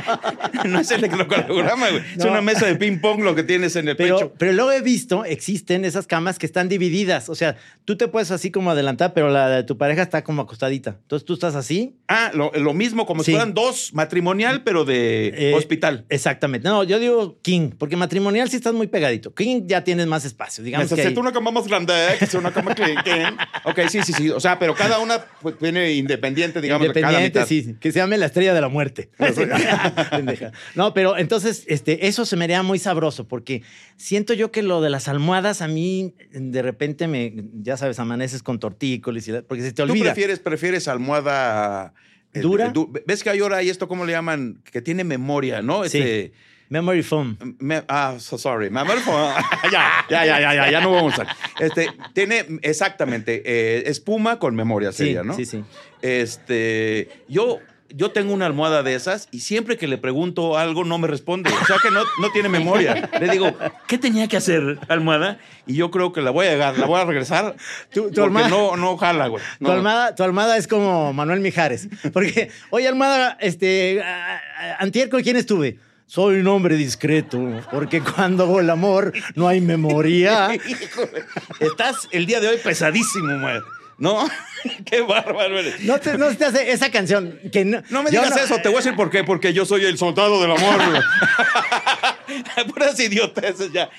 [SPEAKER 3] no es electrocardiograma, güey. Es
[SPEAKER 5] No.
[SPEAKER 3] una mesa de ping-pong lo que tienes en el
[SPEAKER 5] Pero,
[SPEAKER 3] pecho.
[SPEAKER 5] pero luego he visto, existen esas camas que están divididas. O sea, tú te puedes así como adelantar, pero la de tu pareja está como acostadita. Entonces tú estás así.
[SPEAKER 3] Ah, lo, lo mismo, como si
[SPEAKER 5] Sí.
[SPEAKER 3] fueran dos, matrimonial, pero de
[SPEAKER 5] eh,
[SPEAKER 3] hospital.
[SPEAKER 5] Exactamente. No, yo digo king, porque matrimonial sí estás muy pegadito. King ya tienes más espacio, digamos que
[SPEAKER 3] Necesito
[SPEAKER 5] ahí.
[SPEAKER 3] una cama más grande, ¿eh? que sea una cama que... que- Ok, sí, sí, sí. O sea, pero cada una pues, viene independiente, digamos, cada
[SPEAKER 5] Independiente,
[SPEAKER 3] mitad.
[SPEAKER 5] sí, sí, que se llame la estrella de la muerte. Pendeja. no, pero entonces, este, eso se me haría muy sabroso, porque siento yo que lo de las almohadas a mí, de repente me, ya sabes, amaneces con tortícolis, y la- porque se te
[SPEAKER 3] ¿Tú
[SPEAKER 5] olvida.
[SPEAKER 3] prefieres, prefieres almohada El-
[SPEAKER 5] ¿Dura?
[SPEAKER 3] el du- ¿Ves que hay ahora y esto cómo le llaman? Que tiene memoria, ¿no?
[SPEAKER 5] Sí.
[SPEAKER 3] Este,
[SPEAKER 5] Memory foam.
[SPEAKER 3] me- ah, so sorry. Memory foam. ya, ya, ya, ya, ya, ya no vamos a. Este, tiene exactamente eh, espuma con memoria
[SPEAKER 5] Sí,
[SPEAKER 3] sería, ¿no?
[SPEAKER 5] sí, sí.
[SPEAKER 3] Este, yo, yo tengo una almohada de esas y siempre que le pregunto algo no me responde. O sea que no, no tiene memoria. Le digo, ¿qué tenía que hacer, almohada? Y yo creo que la voy a agarrar, la voy a regresar.
[SPEAKER 5] Tu- tu
[SPEAKER 3] porque
[SPEAKER 5] almohada-
[SPEAKER 3] no, no jala, güey.
[SPEAKER 5] Tu,
[SPEAKER 3] No.
[SPEAKER 5] almada, tu almada es como Manuel Mijares. Porque, oye, almada, este, a- a- antier con quién estuve. Soy un hombre discreto, porque cuando hago el amor no hay memoria.
[SPEAKER 3] Híjole, estás el día de hoy pesadísimo, güey. No, qué bárbaro eres.
[SPEAKER 5] No, te, no se te hace esa canción. Que no,
[SPEAKER 3] No me
[SPEAKER 5] yo
[SPEAKER 3] digas eso, te voy a decir por qué. Porque yo soy el soldado del amor. güey. Puras idioteces ya.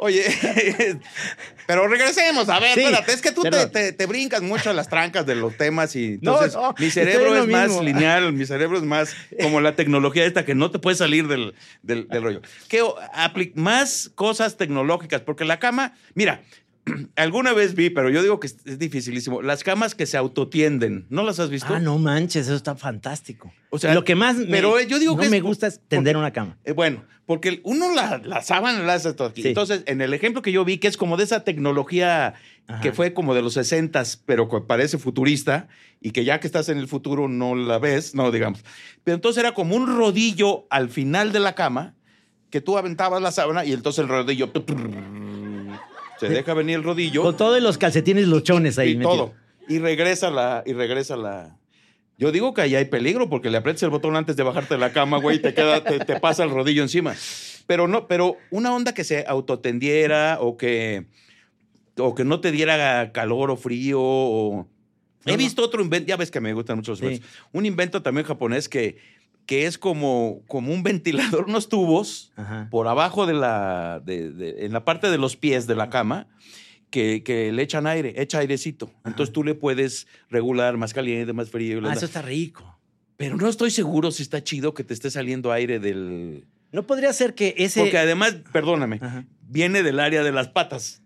[SPEAKER 3] Oye, pero regresemos. A ver,
[SPEAKER 5] Sí,
[SPEAKER 3] espérate, es que tú te,
[SPEAKER 5] perdón.
[SPEAKER 3] te- te brincas mucho a las trancas de los temas y
[SPEAKER 5] No,
[SPEAKER 3] entonces
[SPEAKER 5] no,
[SPEAKER 3] mi
[SPEAKER 5] estoy
[SPEAKER 3] cerebro
[SPEAKER 5] en lo
[SPEAKER 3] es más
[SPEAKER 5] mismo.
[SPEAKER 3] lineal, mi cerebro es más como la tecnología esta que no te puede salir del, del- del rollo. Que o, apli- más cosas tecnológicas, porque la cama, mira, alguna vez vi, pero yo digo que es, es dificilísimo, las camas que se autotienden, ¿no las has visto?
[SPEAKER 5] Ah, no manches, eso está fantástico.
[SPEAKER 3] O sea,
[SPEAKER 5] lo que más me,
[SPEAKER 3] pero eh, yo digo
[SPEAKER 5] no
[SPEAKER 3] que es
[SPEAKER 5] me
[SPEAKER 3] por-
[SPEAKER 5] gusta es tender una cama.
[SPEAKER 3] Eh, bueno, porque el- uno la, la sábana la hace todo aquí.
[SPEAKER 5] Sí.
[SPEAKER 3] Entonces, en el ejemplo que yo vi, que es como de esa tecnología
[SPEAKER 5] Ajá.
[SPEAKER 3] que fue como de los 60s, pero que parece futurista, y que ya que estás en el futuro no la ves, no digamos. Pero entonces era como un rodillo al final de la cama, que tú aventabas la sábana y entonces el rodillo... Se deja venir el rodillo
[SPEAKER 5] Con todo y los calcetines luchones ahí.
[SPEAKER 3] y
[SPEAKER 5] metidos.
[SPEAKER 3] todo. Y regresa la, y regresa la. Yo digo que ahí hay peligro porque le aprietas el botón antes de bajarte de la cama, güey, y te queda, te, te pasa el rodillo encima. Pero no, pero una onda que se autotendiera o que, o que no te diera calor o frío o.
[SPEAKER 5] No,
[SPEAKER 3] He
[SPEAKER 5] no.
[SPEAKER 3] visto otro invento, ya ves que me gustan mucho los
[SPEAKER 5] Sí.
[SPEAKER 3] inventos. Un invento también japonés que, que es como, como un ventilador, unos tubos
[SPEAKER 5] Ajá.
[SPEAKER 3] por abajo de la, de- de- en la parte de los pies de la cama, que, que le echan aire, echa airecito. Entonces tú le puedes regular más caliente, más frío. bla,
[SPEAKER 5] Ah,
[SPEAKER 3] bla.
[SPEAKER 5] eso está rico.
[SPEAKER 3] Pero no estoy seguro si está chido que te esté saliendo aire del...
[SPEAKER 5] No podría ser que ese.
[SPEAKER 3] Porque además, perdóname,
[SPEAKER 5] Ajá.
[SPEAKER 3] viene del área de las patas.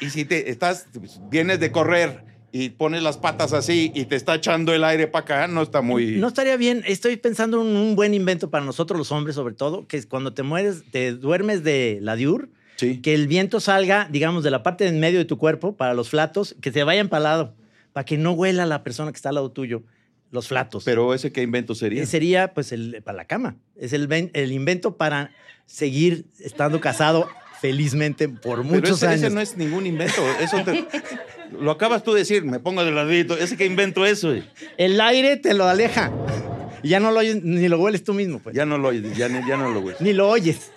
[SPEAKER 3] y si te estás, pues, vienes de correr y pones las patas así y te está echando el aire para acá, no está muy...
[SPEAKER 5] No estaría bien. Estoy pensando en un buen invento para nosotros los hombres, sobre todo, que es cuando te mueres, te duermes de la diur,
[SPEAKER 3] sí.
[SPEAKER 5] que el viento salga, digamos, de la parte de en medio de tu cuerpo para los flatos, que se vaya empalado, para que no huela la persona que está al lado tuyo, los flatos.
[SPEAKER 3] Pero ese qué invento
[SPEAKER 5] Eh,
[SPEAKER 3] sería.
[SPEAKER 5] sería pues el para la cama. Es el, ven- el invento para seguir estando casado felizmente por
[SPEAKER 3] Pero
[SPEAKER 5] muchos
[SPEAKER 3] ese,
[SPEAKER 5] años.
[SPEAKER 3] ese no es ningún invento. Eso te- lo acabas tú de decir, me pongo de ladito. Ese que invento eso. güey.
[SPEAKER 5] El aire te lo aleja. Y ya no lo oyes, ni lo hueles tú mismo, pues.
[SPEAKER 3] Ya no lo oyes, ya, no- ya no lo güey.
[SPEAKER 5] Ni lo oyes.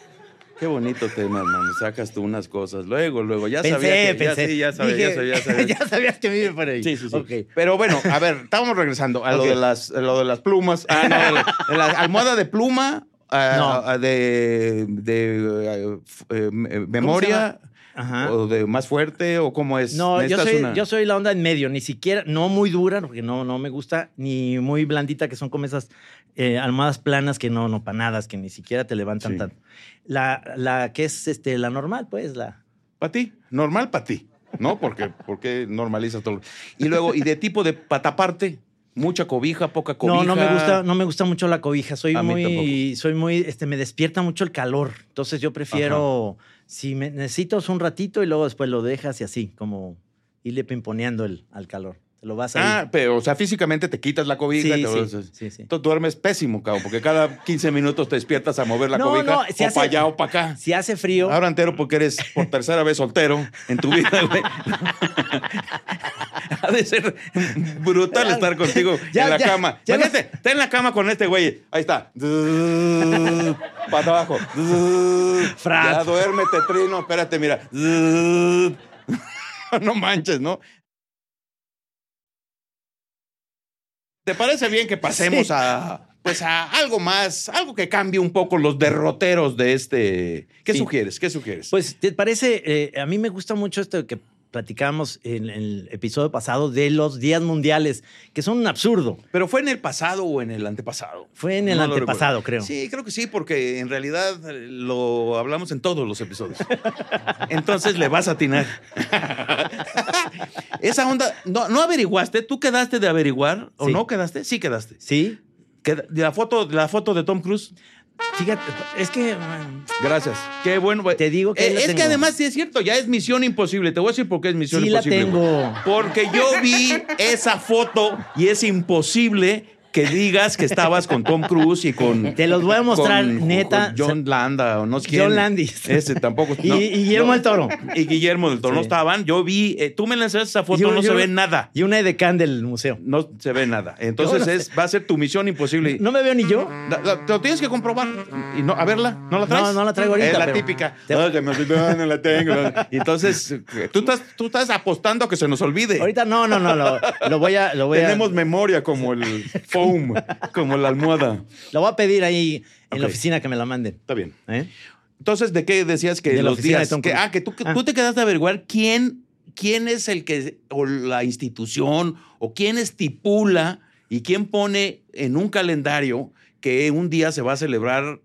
[SPEAKER 3] Qué bonito tema, hermano. Sacas tú unas cosas. Luego, luego, ya
[SPEAKER 5] pensé,
[SPEAKER 3] sabía. que-
[SPEAKER 5] pensé.
[SPEAKER 3] Ya, sí, ya sabía, ya
[SPEAKER 5] Dije,
[SPEAKER 3] sabía, ya sabía.
[SPEAKER 5] ya sabías que vive por ahí.
[SPEAKER 3] Sí, sí, sí.
[SPEAKER 5] Ok.
[SPEAKER 3] Pero bueno, a ver, estamos regresando a lo,
[SPEAKER 5] Ok.
[SPEAKER 3] de, las, a lo de las plumas. Ah, no, de la, de la almohada de pluma, a-
[SPEAKER 5] No.
[SPEAKER 3] a- de, de, eh, f- eh, memoria,
[SPEAKER 5] Ajá.
[SPEAKER 3] o de más fuerte, o cómo es.
[SPEAKER 5] Oh, No,
[SPEAKER 3] Pues,
[SPEAKER 5] yo
[SPEAKER 3] Necesitas
[SPEAKER 5] soy,
[SPEAKER 3] una-
[SPEAKER 5] yo soy la onda en medio, ni siquiera, no muy dura, porque no, no me gusta, ni muy blandita, que son como esas eh, almohadas planas que no, no, panadas, que ni siquiera te levantan
[SPEAKER 3] Sí.
[SPEAKER 5] tanto. La, la que es este, la normal, pues, la.
[SPEAKER 3] Para ti, normal para ti, ¿no? Porque, porque normalizas todo. Y luego, y de tipo de pataparte, mucha cobija, poca cobija.
[SPEAKER 5] No, no me gusta, no me gusta mucho la cobija. Soy
[SPEAKER 3] A mí
[SPEAKER 5] muy, soy muy, este, me despierta mucho el calor. Entonces yo prefiero, si me necesitas un ratito y luego después lo dejas y así, como irle pimponeando el, al calor. Te lo vas a.
[SPEAKER 3] Ah, pero, o sea, físicamente te quitas la
[SPEAKER 5] sí,
[SPEAKER 3] cobija.
[SPEAKER 5] sí,
[SPEAKER 3] te vas-
[SPEAKER 5] sí, sí.
[SPEAKER 3] Entonces duermes pésimo, cabrón, porque cada 15 minutos te despiertas a mover la
[SPEAKER 5] No,
[SPEAKER 3] cobija
[SPEAKER 5] no,
[SPEAKER 3] o
[SPEAKER 5] se hace-
[SPEAKER 3] para allá o para acá.
[SPEAKER 5] Si hace frío,
[SPEAKER 3] Ahora entero porque eres por tercera vez soltero en tu vida, güey. ha de ser brutal estar contigo
[SPEAKER 5] Ya,
[SPEAKER 3] en la
[SPEAKER 5] ya,
[SPEAKER 3] cama.
[SPEAKER 5] ya
[SPEAKER 3] Imagínate, está en la cama con este güey. Ahí está. Para abajo.
[SPEAKER 5] Frat.
[SPEAKER 3] Ya duérmete, Trino. Espérate, mira. no manches, ¿no? ¿Te parece bien que pasemos
[SPEAKER 5] Sí.
[SPEAKER 3] a pues a algo más, algo que cambie un poco los derroteros de este? ¿Qué
[SPEAKER 5] Sí.
[SPEAKER 3] sugieres? ¿Qué sugieres?
[SPEAKER 5] pues te parece, Eh, a mí me gusta mucho esto que platicamos en, el episodio pasado de los días mundiales, que son un absurdo.
[SPEAKER 3] pero fue en el pasado o en el antepasado.
[SPEAKER 5] Fue en el
[SPEAKER 3] No lo
[SPEAKER 5] antepasado, creo.
[SPEAKER 3] recuerdo. Sí, creo que sí, porque en realidad eh, lo hablamos en todos los episodios. Entonces le vas a atinar. Esa onda, no, no averiguaste, tú quedaste de averiguar o
[SPEAKER 5] Sí.
[SPEAKER 3] no quedaste, sí quedaste.
[SPEAKER 5] Sí.
[SPEAKER 3] Queda- la foto, la foto de Tom Cruise.
[SPEAKER 5] Fíjate, es que
[SPEAKER 3] Gracias. Qué bueno. güey.
[SPEAKER 5] Te digo que
[SPEAKER 3] Eh,
[SPEAKER 5] ahí la
[SPEAKER 3] es que
[SPEAKER 5] tengo.
[SPEAKER 3] además sí es cierto, ya es Misión Imposible. Te voy a decir por qué es Misión
[SPEAKER 5] sí la
[SPEAKER 3] Imposible. güey.
[SPEAKER 5] tengo.
[SPEAKER 3] Porque yo vi esa foto y es imposible que digas que estabas con Tom Cruise y con.
[SPEAKER 5] Te los voy a mostrar,
[SPEAKER 3] con-
[SPEAKER 5] neta.
[SPEAKER 3] con John Landa o no sé quién.
[SPEAKER 5] John Landis.
[SPEAKER 3] Ese tampoco.
[SPEAKER 5] Y,
[SPEAKER 3] no,
[SPEAKER 5] y Guillermo
[SPEAKER 3] no.
[SPEAKER 5] el Toro.
[SPEAKER 3] Y Guillermo del Toro no
[SPEAKER 5] Sí.
[SPEAKER 3] estaban. Yo vi. eh, tú me lanzaste esa foto,
[SPEAKER 5] Yo-
[SPEAKER 3] no
[SPEAKER 5] yo-
[SPEAKER 3] se ve nada.
[SPEAKER 5] Y una edecán del museo.
[SPEAKER 3] No se ve nada. Entonces
[SPEAKER 5] Yo no
[SPEAKER 3] es, va a ser tu misión imposible.
[SPEAKER 5] No me veo ni yo.
[SPEAKER 3] La- la- lo tienes que comprobar. Y no, a verla, ¿no la traes?
[SPEAKER 5] No, no la traigo ahorita,
[SPEAKER 3] Es la
[SPEAKER 5] pero-
[SPEAKER 3] típica.
[SPEAKER 5] Te-
[SPEAKER 3] Ay, se me olvidó, no la tengo. Y entonces, eh, tú estás, tú estás apostando a que se nos olvide.
[SPEAKER 5] Ahorita no, no, no. Lo, lo voy a. Lo voy a-
[SPEAKER 4] Tenemos memoria como el foam, como la almohada.
[SPEAKER 5] Lo voy a pedir ahí en la
[SPEAKER 3] Ok.
[SPEAKER 5] oficina que me la manden.
[SPEAKER 3] Está bien.
[SPEAKER 5] ¿eh?
[SPEAKER 3] Entonces, ¿de qué decías que
[SPEAKER 5] De la
[SPEAKER 3] los
[SPEAKER 5] oficina de
[SPEAKER 3] días?
[SPEAKER 5] Tom
[SPEAKER 3] que,
[SPEAKER 5] Cruise.
[SPEAKER 3] ah, que tú, que
[SPEAKER 5] Ah.
[SPEAKER 3] tú te quedaste a averiguar quién, quién es el que, o la institución, o quién estipula y quién pone en un calendario que un día se va a celebrar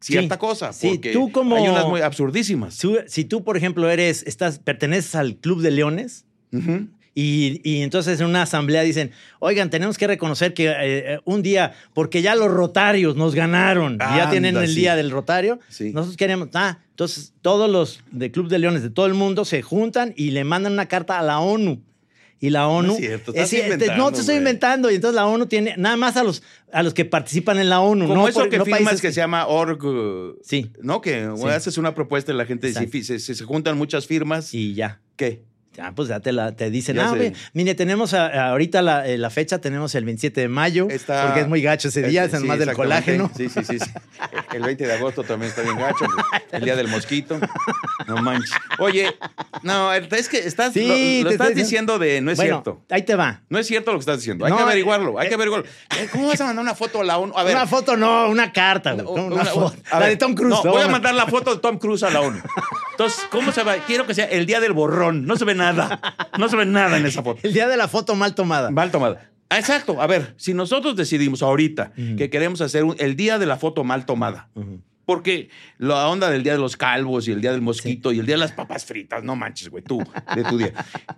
[SPEAKER 3] cierta
[SPEAKER 5] Sí.
[SPEAKER 3] cosa.
[SPEAKER 5] Sí,
[SPEAKER 3] porque
[SPEAKER 5] tú como-
[SPEAKER 3] Hay unas muy absurdísimas.
[SPEAKER 5] Si, si tú, por ejemplo, eres, estás, perteneces al Club de Leones,
[SPEAKER 3] Ujú.
[SPEAKER 5] Y, y entonces en una asamblea dicen, oigan, tenemos que reconocer que eh, eh, un día, porque ya los rotarios nos ganaron, y ya
[SPEAKER 3] Anda,
[SPEAKER 5] tienen el
[SPEAKER 3] sí.
[SPEAKER 5] día del rotario,
[SPEAKER 3] Sí.
[SPEAKER 5] nosotros queremos, ah, entonces todos los de Club de Leones de todo el mundo se juntan y le mandan una carta a la ONU. Y la ONU...
[SPEAKER 3] es cierto, estás
[SPEAKER 5] este,
[SPEAKER 3] inventando,
[SPEAKER 5] no, te estoy
[SPEAKER 3] güey.
[SPEAKER 5] inventando. Y entonces la ONU tiene nada más a los, a los que participan en la ONU.
[SPEAKER 3] Como
[SPEAKER 5] no
[SPEAKER 3] eso
[SPEAKER 5] por-
[SPEAKER 3] que
[SPEAKER 5] no
[SPEAKER 3] firmas
[SPEAKER 5] países
[SPEAKER 3] que, se llama org. eh,
[SPEAKER 5] Sí,
[SPEAKER 3] No, que
[SPEAKER 5] Sí.
[SPEAKER 3] haces una propuesta y la gente, si,
[SPEAKER 5] Exacto.
[SPEAKER 3] fi- se- si se juntan muchas firmas,
[SPEAKER 5] y ya.
[SPEAKER 3] ¿qué?
[SPEAKER 5] Ya, pues ya te, la, te dicen,
[SPEAKER 3] Ya
[SPEAKER 5] ah,
[SPEAKER 3] sé.
[SPEAKER 5] ve, mire, tenemos a- ahorita la, eh, la fecha, tenemos el 27 de mayo,
[SPEAKER 3] Está-
[SPEAKER 5] porque es muy gacho ese día,
[SPEAKER 3] Este,
[SPEAKER 5] es
[SPEAKER 3] sí,
[SPEAKER 5] más del
[SPEAKER 3] exactamente.
[SPEAKER 5] colágeno.
[SPEAKER 3] Sí, sí, sí, sí. El 20 de agosto también está bien gacho. güey. El día del mosquito. No manches. Oye, no, es que estás,
[SPEAKER 5] Sí,
[SPEAKER 3] lo- lo,
[SPEAKER 5] te
[SPEAKER 3] estás
[SPEAKER 5] estoy
[SPEAKER 3] diciendo
[SPEAKER 5] diciendo.
[SPEAKER 3] de no es
[SPEAKER 5] bueno,
[SPEAKER 3] cierto.
[SPEAKER 5] ahí te va.
[SPEAKER 3] No es cierto lo que estás diciendo. Hay
[SPEAKER 5] No,
[SPEAKER 3] que
[SPEAKER 5] eh,
[SPEAKER 3] averiguarlo. Hay que averiguarlo. Eh, ¿Cómo vas a mandar una foto a la ONU? A ver.
[SPEAKER 5] una foto no, una carta, güey.
[SPEAKER 3] o-
[SPEAKER 5] ¿Cómo una
[SPEAKER 3] una- o-
[SPEAKER 5] foto?
[SPEAKER 3] a
[SPEAKER 5] la
[SPEAKER 3] ver,
[SPEAKER 5] de Tom Cruise.
[SPEAKER 3] No, voy a
[SPEAKER 5] una-
[SPEAKER 3] mandar la foto de Tom Cruise a la ONU. Entonces, ¿cómo se va? Quiero que sea el día del borrón. No se ve nada. No se ve nada en esa foto.
[SPEAKER 5] El día de la foto mal tomada.
[SPEAKER 3] Mal tomada. Ah, Exacto. A ver, si nosotros decidimos ahorita
[SPEAKER 5] Ujú.
[SPEAKER 3] que queremos hacer un- el día de la foto mal tomada,
[SPEAKER 5] Ujú.
[SPEAKER 3] porque la onda del día de los calvos y el día del mosquito y el día de las papas fritas, no manches, güey, tú, de tu día.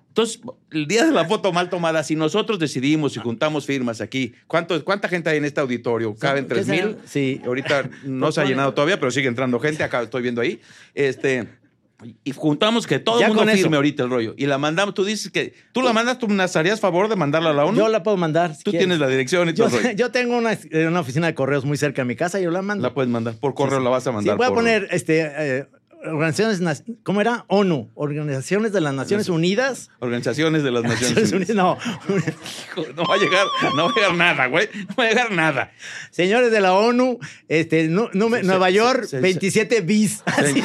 [SPEAKER 3] Entonces, el día de la foto mal tomada, si nosotros decidimos y juntamos firmas aquí, ¿cuánto, ¿cuánta gente hay en este auditorio? ¿Caben
[SPEAKER 5] ¿Qué será?
[SPEAKER 3] 3,000?
[SPEAKER 5] Sí.
[SPEAKER 3] Ahorita no se ha
[SPEAKER 5] Propone-
[SPEAKER 3] llenado todavía, pero sigue entrando gente, acá estoy viendo ahí. Este. Y juntamos que todo el
[SPEAKER 5] Ya
[SPEAKER 3] mundo
[SPEAKER 5] con eso.
[SPEAKER 3] firme ahorita el rollo. Y la mandamos, tú dices que. ¿Tú la mandas? ¿Tú nos harías favor de mandarla a la ONU?
[SPEAKER 5] Yo la puedo mandar. si
[SPEAKER 3] Tú
[SPEAKER 5] quieres.
[SPEAKER 3] tienes la dirección y todo
[SPEAKER 5] Yo,
[SPEAKER 3] el rollo.
[SPEAKER 5] yo tengo una, eh, una oficina de correos muy cerca de mi casa, yo la mando.
[SPEAKER 3] La puedes mandar. Por correo la vas a mandar.
[SPEAKER 5] Sí, voy a
[SPEAKER 3] por-
[SPEAKER 5] poner este, eh, organizaciones, nas- ¿cómo era? ONU, Organizaciones de las Naciones Unidas.
[SPEAKER 3] Organizaciones de las Naciones
[SPEAKER 5] Naciones
[SPEAKER 3] Unidas.
[SPEAKER 5] Unidas, no.
[SPEAKER 3] Hijo, No va a llegar, no va a llegar nada, güey. No va a llegar nada.
[SPEAKER 5] Señores de la ONU, este, nu- nume-
[SPEAKER 3] Se-
[SPEAKER 5] Nueva
[SPEAKER 3] se-
[SPEAKER 5] York,
[SPEAKER 3] se- se-
[SPEAKER 5] 27 bis. Así.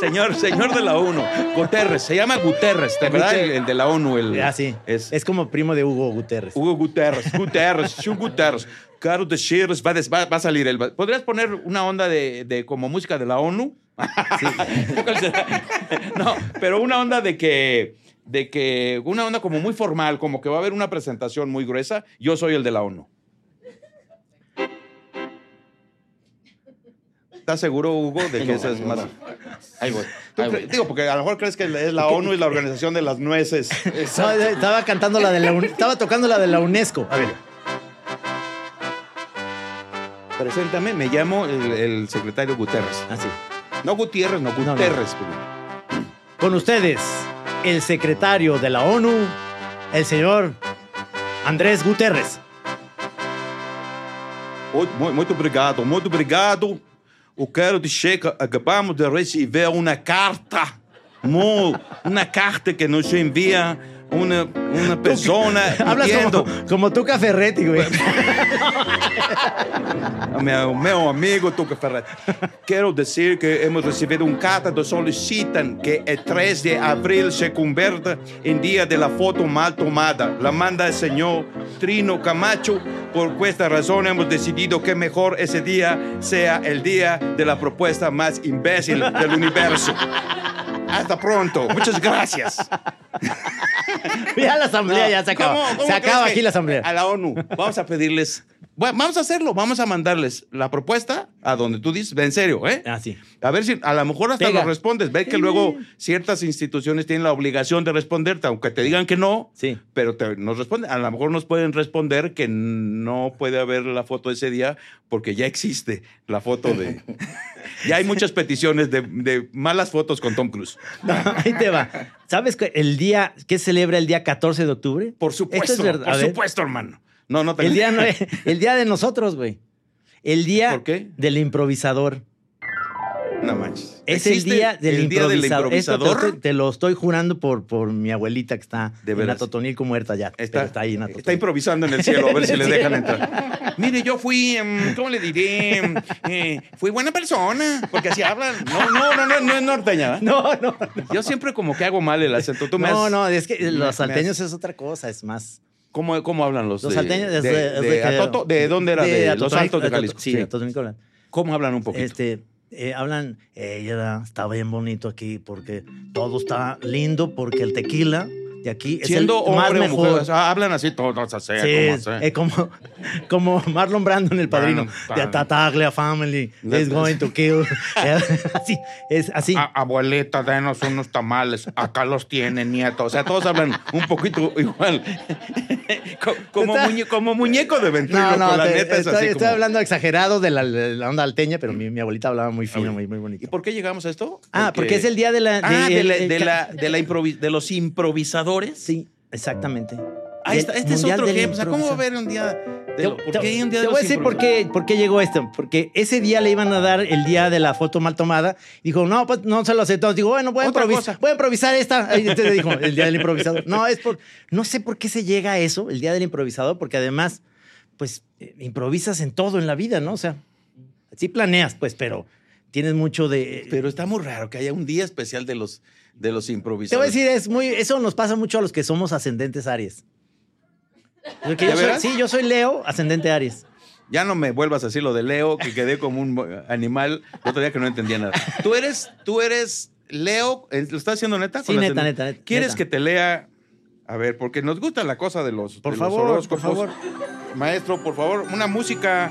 [SPEAKER 3] Señor, señor de la ONU, Guterres, se llama Guterres, ¿te verdad? El, el de la ONU, el.
[SPEAKER 5] Ah, sí.
[SPEAKER 3] Es,
[SPEAKER 5] Es como primo de Hugo Guterres.
[SPEAKER 3] Hugo Guterres, Guterres, Chu Guterres, Carlos de Shears, va, a des- va- va a salir él. va- ¿Podrías poner una onda de, de como música de la ONU? ¿Cuál será? no, pero una onda de que, de que, una onda como muy formal, como que va a haber una presentación muy gruesa. Yo soy el de la ONU. ¿Estás seguro, Hugo, de que esa es más...? Ahí voy. Tú cre- Digo, porque a lo mejor crees que es la ONU es la organización de las nueces.
[SPEAKER 5] No, estaba cantando la de la UN- estaba tocando la de la UNESCO.
[SPEAKER 3] A ver. Preséntame, me llamo el, el secretario Guterres.
[SPEAKER 5] Así.
[SPEAKER 3] No Gutiérrez, no
[SPEAKER 5] no.
[SPEAKER 3] Guterres.
[SPEAKER 5] Con ustedes, el secretario de la ONU, el señor Andrés Guterres.
[SPEAKER 3] Oi, mu- Muito obrigado, muito obrigado. Eu quero dizer que acabamos de receber uma carta, mu- uma carta que nos envia uma, uma pessoa
[SPEAKER 5] Hablas
[SPEAKER 3] pedindo-
[SPEAKER 5] como, como Tuca Ferretti, güey.
[SPEAKER 3] Meu, meu amigo Tuca Ferretti. Quero dizer que hemos recebido um carta que solicitam que o 3 de abril se converta em dia da foto mal tomada. La manda o senhor Trino Camacho. Por esta razão, hemos decidido que melhor esse dia seja o dia da proposta mais imbécil do universo. Hasta pronto. Muchas gracias.
[SPEAKER 5] Ya la asamblea ya se acaba.
[SPEAKER 3] ¿Cómo- cómo
[SPEAKER 5] se
[SPEAKER 3] crees
[SPEAKER 5] acaba
[SPEAKER 3] que
[SPEAKER 5] aquí la asamblea.
[SPEAKER 3] A la ONU. Vamos a pedirles Bueno, vamos a hacerlo, vamos a mandarles la propuesta a donde tú dices, en serio, ¿eh?
[SPEAKER 5] Ah, sí.
[SPEAKER 3] A ver si, a lo mejor hasta
[SPEAKER 5] Pega.
[SPEAKER 3] lo respondes. Ve que luego ciertas instituciones tienen la obligación de responderte, aunque te digan que no,
[SPEAKER 5] Sí.
[SPEAKER 3] pero te- nos responden. A lo mejor nos pueden responder que no puede haber la foto ese día porque ya existe la foto de... ya hay muchas peticiones de, de malas fotos con Tom Cruise.
[SPEAKER 5] No, ahí te va. ¿Sabes que el día que celebra el día 14 de octubre?
[SPEAKER 3] Por supuesto,
[SPEAKER 5] Esto es verdad. A
[SPEAKER 3] por
[SPEAKER 5] ver.
[SPEAKER 3] supuesto, hermano. No, no te
[SPEAKER 5] El día, no es- el día de nosotros, güey. El día
[SPEAKER 3] ¿Por qué?
[SPEAKER 5] del improvisador.
[SPEAKER 3] No manches.
[SPEAKER 5] Es el
[SPEAKER 3] ¿Existe
[SPEAKER 5] día del
[SPEAKER 3] el día
[SPEAKER 5] improvisador.
[SPEAKER 3] del
[SPEAKER 5] Esto te lo
[SPEAKER 3] improvisador?
[SPEAKER 5] estoy- te lo estoy jurando por, por mi abuelita que está
[SPEAKER 3] De
[SPEAKER 5] en
[SPEAKER 3] veras.
[SPEAKER 5] Atotonilco muerta ya. pero Está,
[SPEAKER 3] Está,
[SPEAKER 5] ahí en
[SPEAKER 3] está,
[SPEAKER 5] Atotonilco.
[SPEAKER 3] improvisando en el cielo, a ver si le dejan entrar. Mire, yo fui, em, ¿cómo le diré? Em, eh, fui buena persona, porque así hablan. No, no, no, no, no es norteña. ¿verdad?
[SPEAKER 5] No, no.
[SPEAKER 3] Yo siempre como que hago mal el acento. Tú me
[SPEAKER 5] no,
[SPEAKER 3] has-
[SPEAKER 5] no, es que
[SPEAKER 3] me
[SPEAKER 5] los
[SPEAKER 3] has-
[SPEAKER 5] salteños es otra cosa, es más.
[SPEAKER 3] ¿cómo, cómo hablan los,
[SPEAKER 5] Los
[SPEAKER 3] de,
[SPEAKER 5] salteños
[SPEAKER 3] de,
[SPEAKER 5] es
[SPEAKER 3] de,
[SPEAKER 5] es que-
[SPEAKER 3] Atoto? ¿De dónde era? De, Los
[SPEAKER 5] Atotonilco-
[SPEAKER 3] Altos de
[SPEAKER 5] Atot-
[SPEAKER 3] Jalisco.
[SPEAKER 5] Sí,
[SPEAKER 3] Sí.
[SPEAKER 5] Atotonilco hablan.
[SPEAKER 3] ¿Cómo hablan un poquito?
[SPEAKER 5] Este, eh, hablan, eh, ya está bien bonito aquí porque todo está lindo porque el tequila de aquí es
[SPEAKER 3] Siendo
[SPEAKER 5] el más
[SPEAKER 3] hombre o
[SPEAKER 5] mejor.
[SPEAKER 3] mujer, o sea, hablan así todos, así,
[SPEAKER 5] Sí, es,
[SPEAKER 3] como así.
[SPEAKER 5] eh, como, como Marlon Brando en El Padrino.
[SPEAKER 3] Bueno,
[SPEAKER 5] The Tataglia family is going to kill. así, es así.
[SPEAKER 3] A- abuelita, denos unos tamales. Acá los tiene, nieto. O sea, todos hablan un poquito igual. Co- como,
[SPEAKER 5] Está-
[SPEAKER 3] muñe- como muñeco de
[SPEAKER 5] No,
[SPEAKER 3] ventríloco,
[SPEAKER 5] no,
[SPEAKER 3] la
[SPEAKER 5] te-
[SPEAKER 3] neta es
[SPEAKER 5] estoy,
[SPEAKER 3] así
[SPEAKER 5] estoy
[SPEAKER 3] como-
[SPEAKER 5] hablando exagerado de la, de la onda alteña, pero mi, mi abuelita hablaba muy fino, muy, muy
[SPEAKER 3] ¿Y
[SPEAKER 5] bonito.
[SPEAKER 3] por qué llegamos a esto?
[SPEAKER 5] Ah, porque es el día de la...
[SPEAKER 3] Ah, de,
[SPEAKER 5] el-
[SPEAKER 3] la-
[SPEAKER 5] el-
[SPEAKER 3] de la- de la improvi- de los improvisadores.
[SPEAKER 5] Sí, exactamente.
[SPEAKER 3] Ahí está,
[SPEAKER 5] Del
[SPEAKER 3] este es
[SPEAKER 5] Mundial
[SPEAKER 3] otro
[SPEAKER 5] del
[SPEAKER 3] ejemplo. O sea, ¿cómo va a
[SPEAKER 5] Improviso.
[SPEAKER 3] haber un día de
[SPEAKER 5] Te-
[SPEAKER 3] lo- ¿Por
[SPEAKER 5] te-
[SPEAKER 3] qué hay un día de
[SPEAKER 5] te voy a
[SPEAKER 3] los
[SPEAKER 5] decir por qué, por qué llegó esto. Porque ese día le iban a dar el día de la foto mal tomada. Dijo, no, pues no se lo aceptó. Digo, bueno, voy a,
[SPEAKER 3] Otra
[SPEAKER 5] improvis-
[SPEAKER 3] cosa.
[SPEAKER 5] voy a improvisar esta. Ahí te dijo, el día del improvisador. No, es por. No sé por qué se llega a eso, el día del improvisador, porque además, pues, eh, improvisas en todo en la vida, ¿no? O sea, sí planeas, pues, pero tienes mucho de.
[SPEAKER 3] Pero está muy raro que haya un día especial de los, de los improvisadores.
[SPEAKER 5] eh, Te voy a decir, es muy, eso nos pasa mucho a los que somos ascendentes Aries. Porque
[SPEAKER 3] ¿De
[SPEAKER 5] yo soy-
[SPEAKER 3] veras?
[SPEAKER 5] sí, yo soy Leo, ascendente Aries.
[SPEAKER 3] Ya no me vuelvas a decir lo de Leo, que quedé como un animal el otro día que no entendía nada. Tú eres, tú eres Leo, eh, ¿lo estás haciendo neta?
[SPEAKER 5] Sí,
[SPEAKER 3] Con
[SPEAKER 5] neta,
[SPEAKER 3] ascend-
[SPEAKER 5] neta, neta.
[SPEAKER 3] ¿Quieres
[SPEAKER 5] neta.
[SPEAKER 3] que te lea? A ver, porque nos gusta la cosa de los,
[SPEAKER 5] Por
[SPEAKER 3] de los
[SPEAKER 5] favor, por
[SPEAKER 3] horóscopos.
[SPEAKER 5] favor.
[SPEAKER 3] Maestro, por favor, una música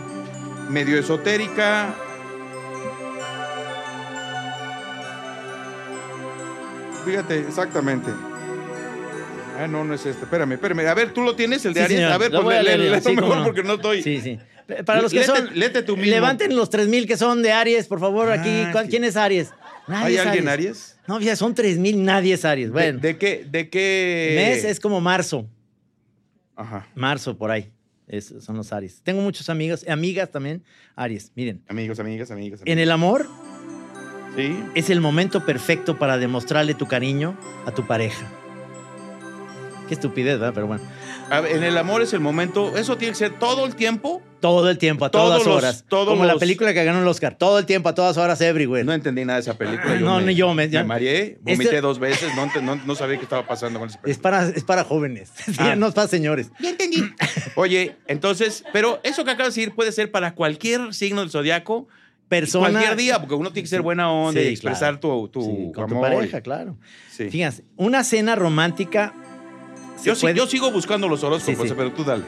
[SPEAKER 3] medio esotérica. Fíjate, exactamente. Ah, no, no es este. Espérame, espérame. A ver, ¿tú lo tienes, el de
[SPEAKER 5] Sí,
[SPEAKER 3] Aries?
[SPEAKER 5] señor.
[SPEAKER 3] A ver,
[SPEAKER 5] Lo voy a
[SPEAKER 3] pues
[SPEAKER 5] leer,
[SPEAKER 3] léelo
[SPEAKER 5] sí, cómo
[SPEAKER 3] mejor
[SPEAKER 5] no.
[SPEAKER 3] porque no estoy...
[SPEAKER 5] Sí, sí. Para los que
[SPEAKER 3] Léete-
[SPEAKER 5] son.
[SPEAKER 3] léete tú mismo.
[SPEAKER 5] Levanten los 3000 que son de Aries, por favor,
[SPEAKER 3] Ah,
[SPEAKER 5] aquí. ¿Cuál-
[SPEAKER 3] sí.
[SPEAKER 5] ¿Quién es Aries?
[SPEAKER 3] ¿Hay
[SPEAKER 5] Nadie es
[SPEAKER 3] alguien Aries?
[SPEAKER 5] No, ya son 3000, nadie es Aries.
[SPEAKER 3] ¿De-
[SPEAKER 5] Bueno,
[SPEAKER 3] ¿De, qué? ¿De qué?
[SPEAKER 5] mes es como marzo.
[SPEAKER 3] Ajá.
[SPEAKER 5] Marzo, por ahí. Es- son los Aries. Tengo muchos amigos, amigas también, Aries. Miren,
[SPEAKER 3] Amigos, amigas, amigas.
[SPEAKER 5] en el amor
[SPEAKER 3] amigos. Sí.
[SPEAKER 5] es el momento perfecto para demostrarle tu cariño a tu pareja. Qué estupidez, ¿verdad? Pero bueno,
[SPEAKER 3] A ver, en el amor es el momento. Eso tiene que ser todo el tiempo.
[SPEAKER 5] todo el tiempo, a
[SPEAKER 3] Todos
[SPEAKER 5] todas
[SPEAKER 3] los-
[SPEAKER 5] horas.
[SPEAKER 3] todos
[SPEAKER 5] como la
[SPEAKER 3] los-
[SPEAKER 5] película que ganó el Oscar. Todo el tiempo, a todas horas, everywhere.
[SPEAKER 3] No entendí nada de esa película.
[SPEAKER 5] No, ni yo, me- ya-
[SPEAKER 3] mareé, vomité
[SPEAKER 5] Este-
[SPEAKER 3] dos veces. No, ent- no- no sabía qué estaba pasando con esa
[SPEAKER 5] Es
[SPEAKER 3] película.
[SPEAKER 5] para, es para jóvenes, Sí,
[SPEAKER 3] Ah.
[SPEAKER 5] no es para señores.
[SPEAKER 3] Ya entendí. Oye, entonces, pero eso que acabas de decir puede ser para cualquier signo del zodiaco.
[SPEAKER 5] Persona.
[SPEAKER 3] Cualquier día, porque uno tiene que ser buena onda
[SPEAKER 5] Sí,
[SPEAKER 3] y expresar tu, tu
[SPEAKER 5] Sí, con tu
[SPEAKER 3] amor y-
[SPEAKER 5] pareja, claro.
[SPEAKER 3] Sí.
[SPEAKER 5] Fíjense, una cena romántica. se
[SPEAKER 3] Yo, sí-
[SPEAKER 5] puede-
[SPEAKER 3] yo sigo buscando los horóscopos,
[SPEAKER 5] Sí, sí.
[SPEAKER 3] pero tú dale.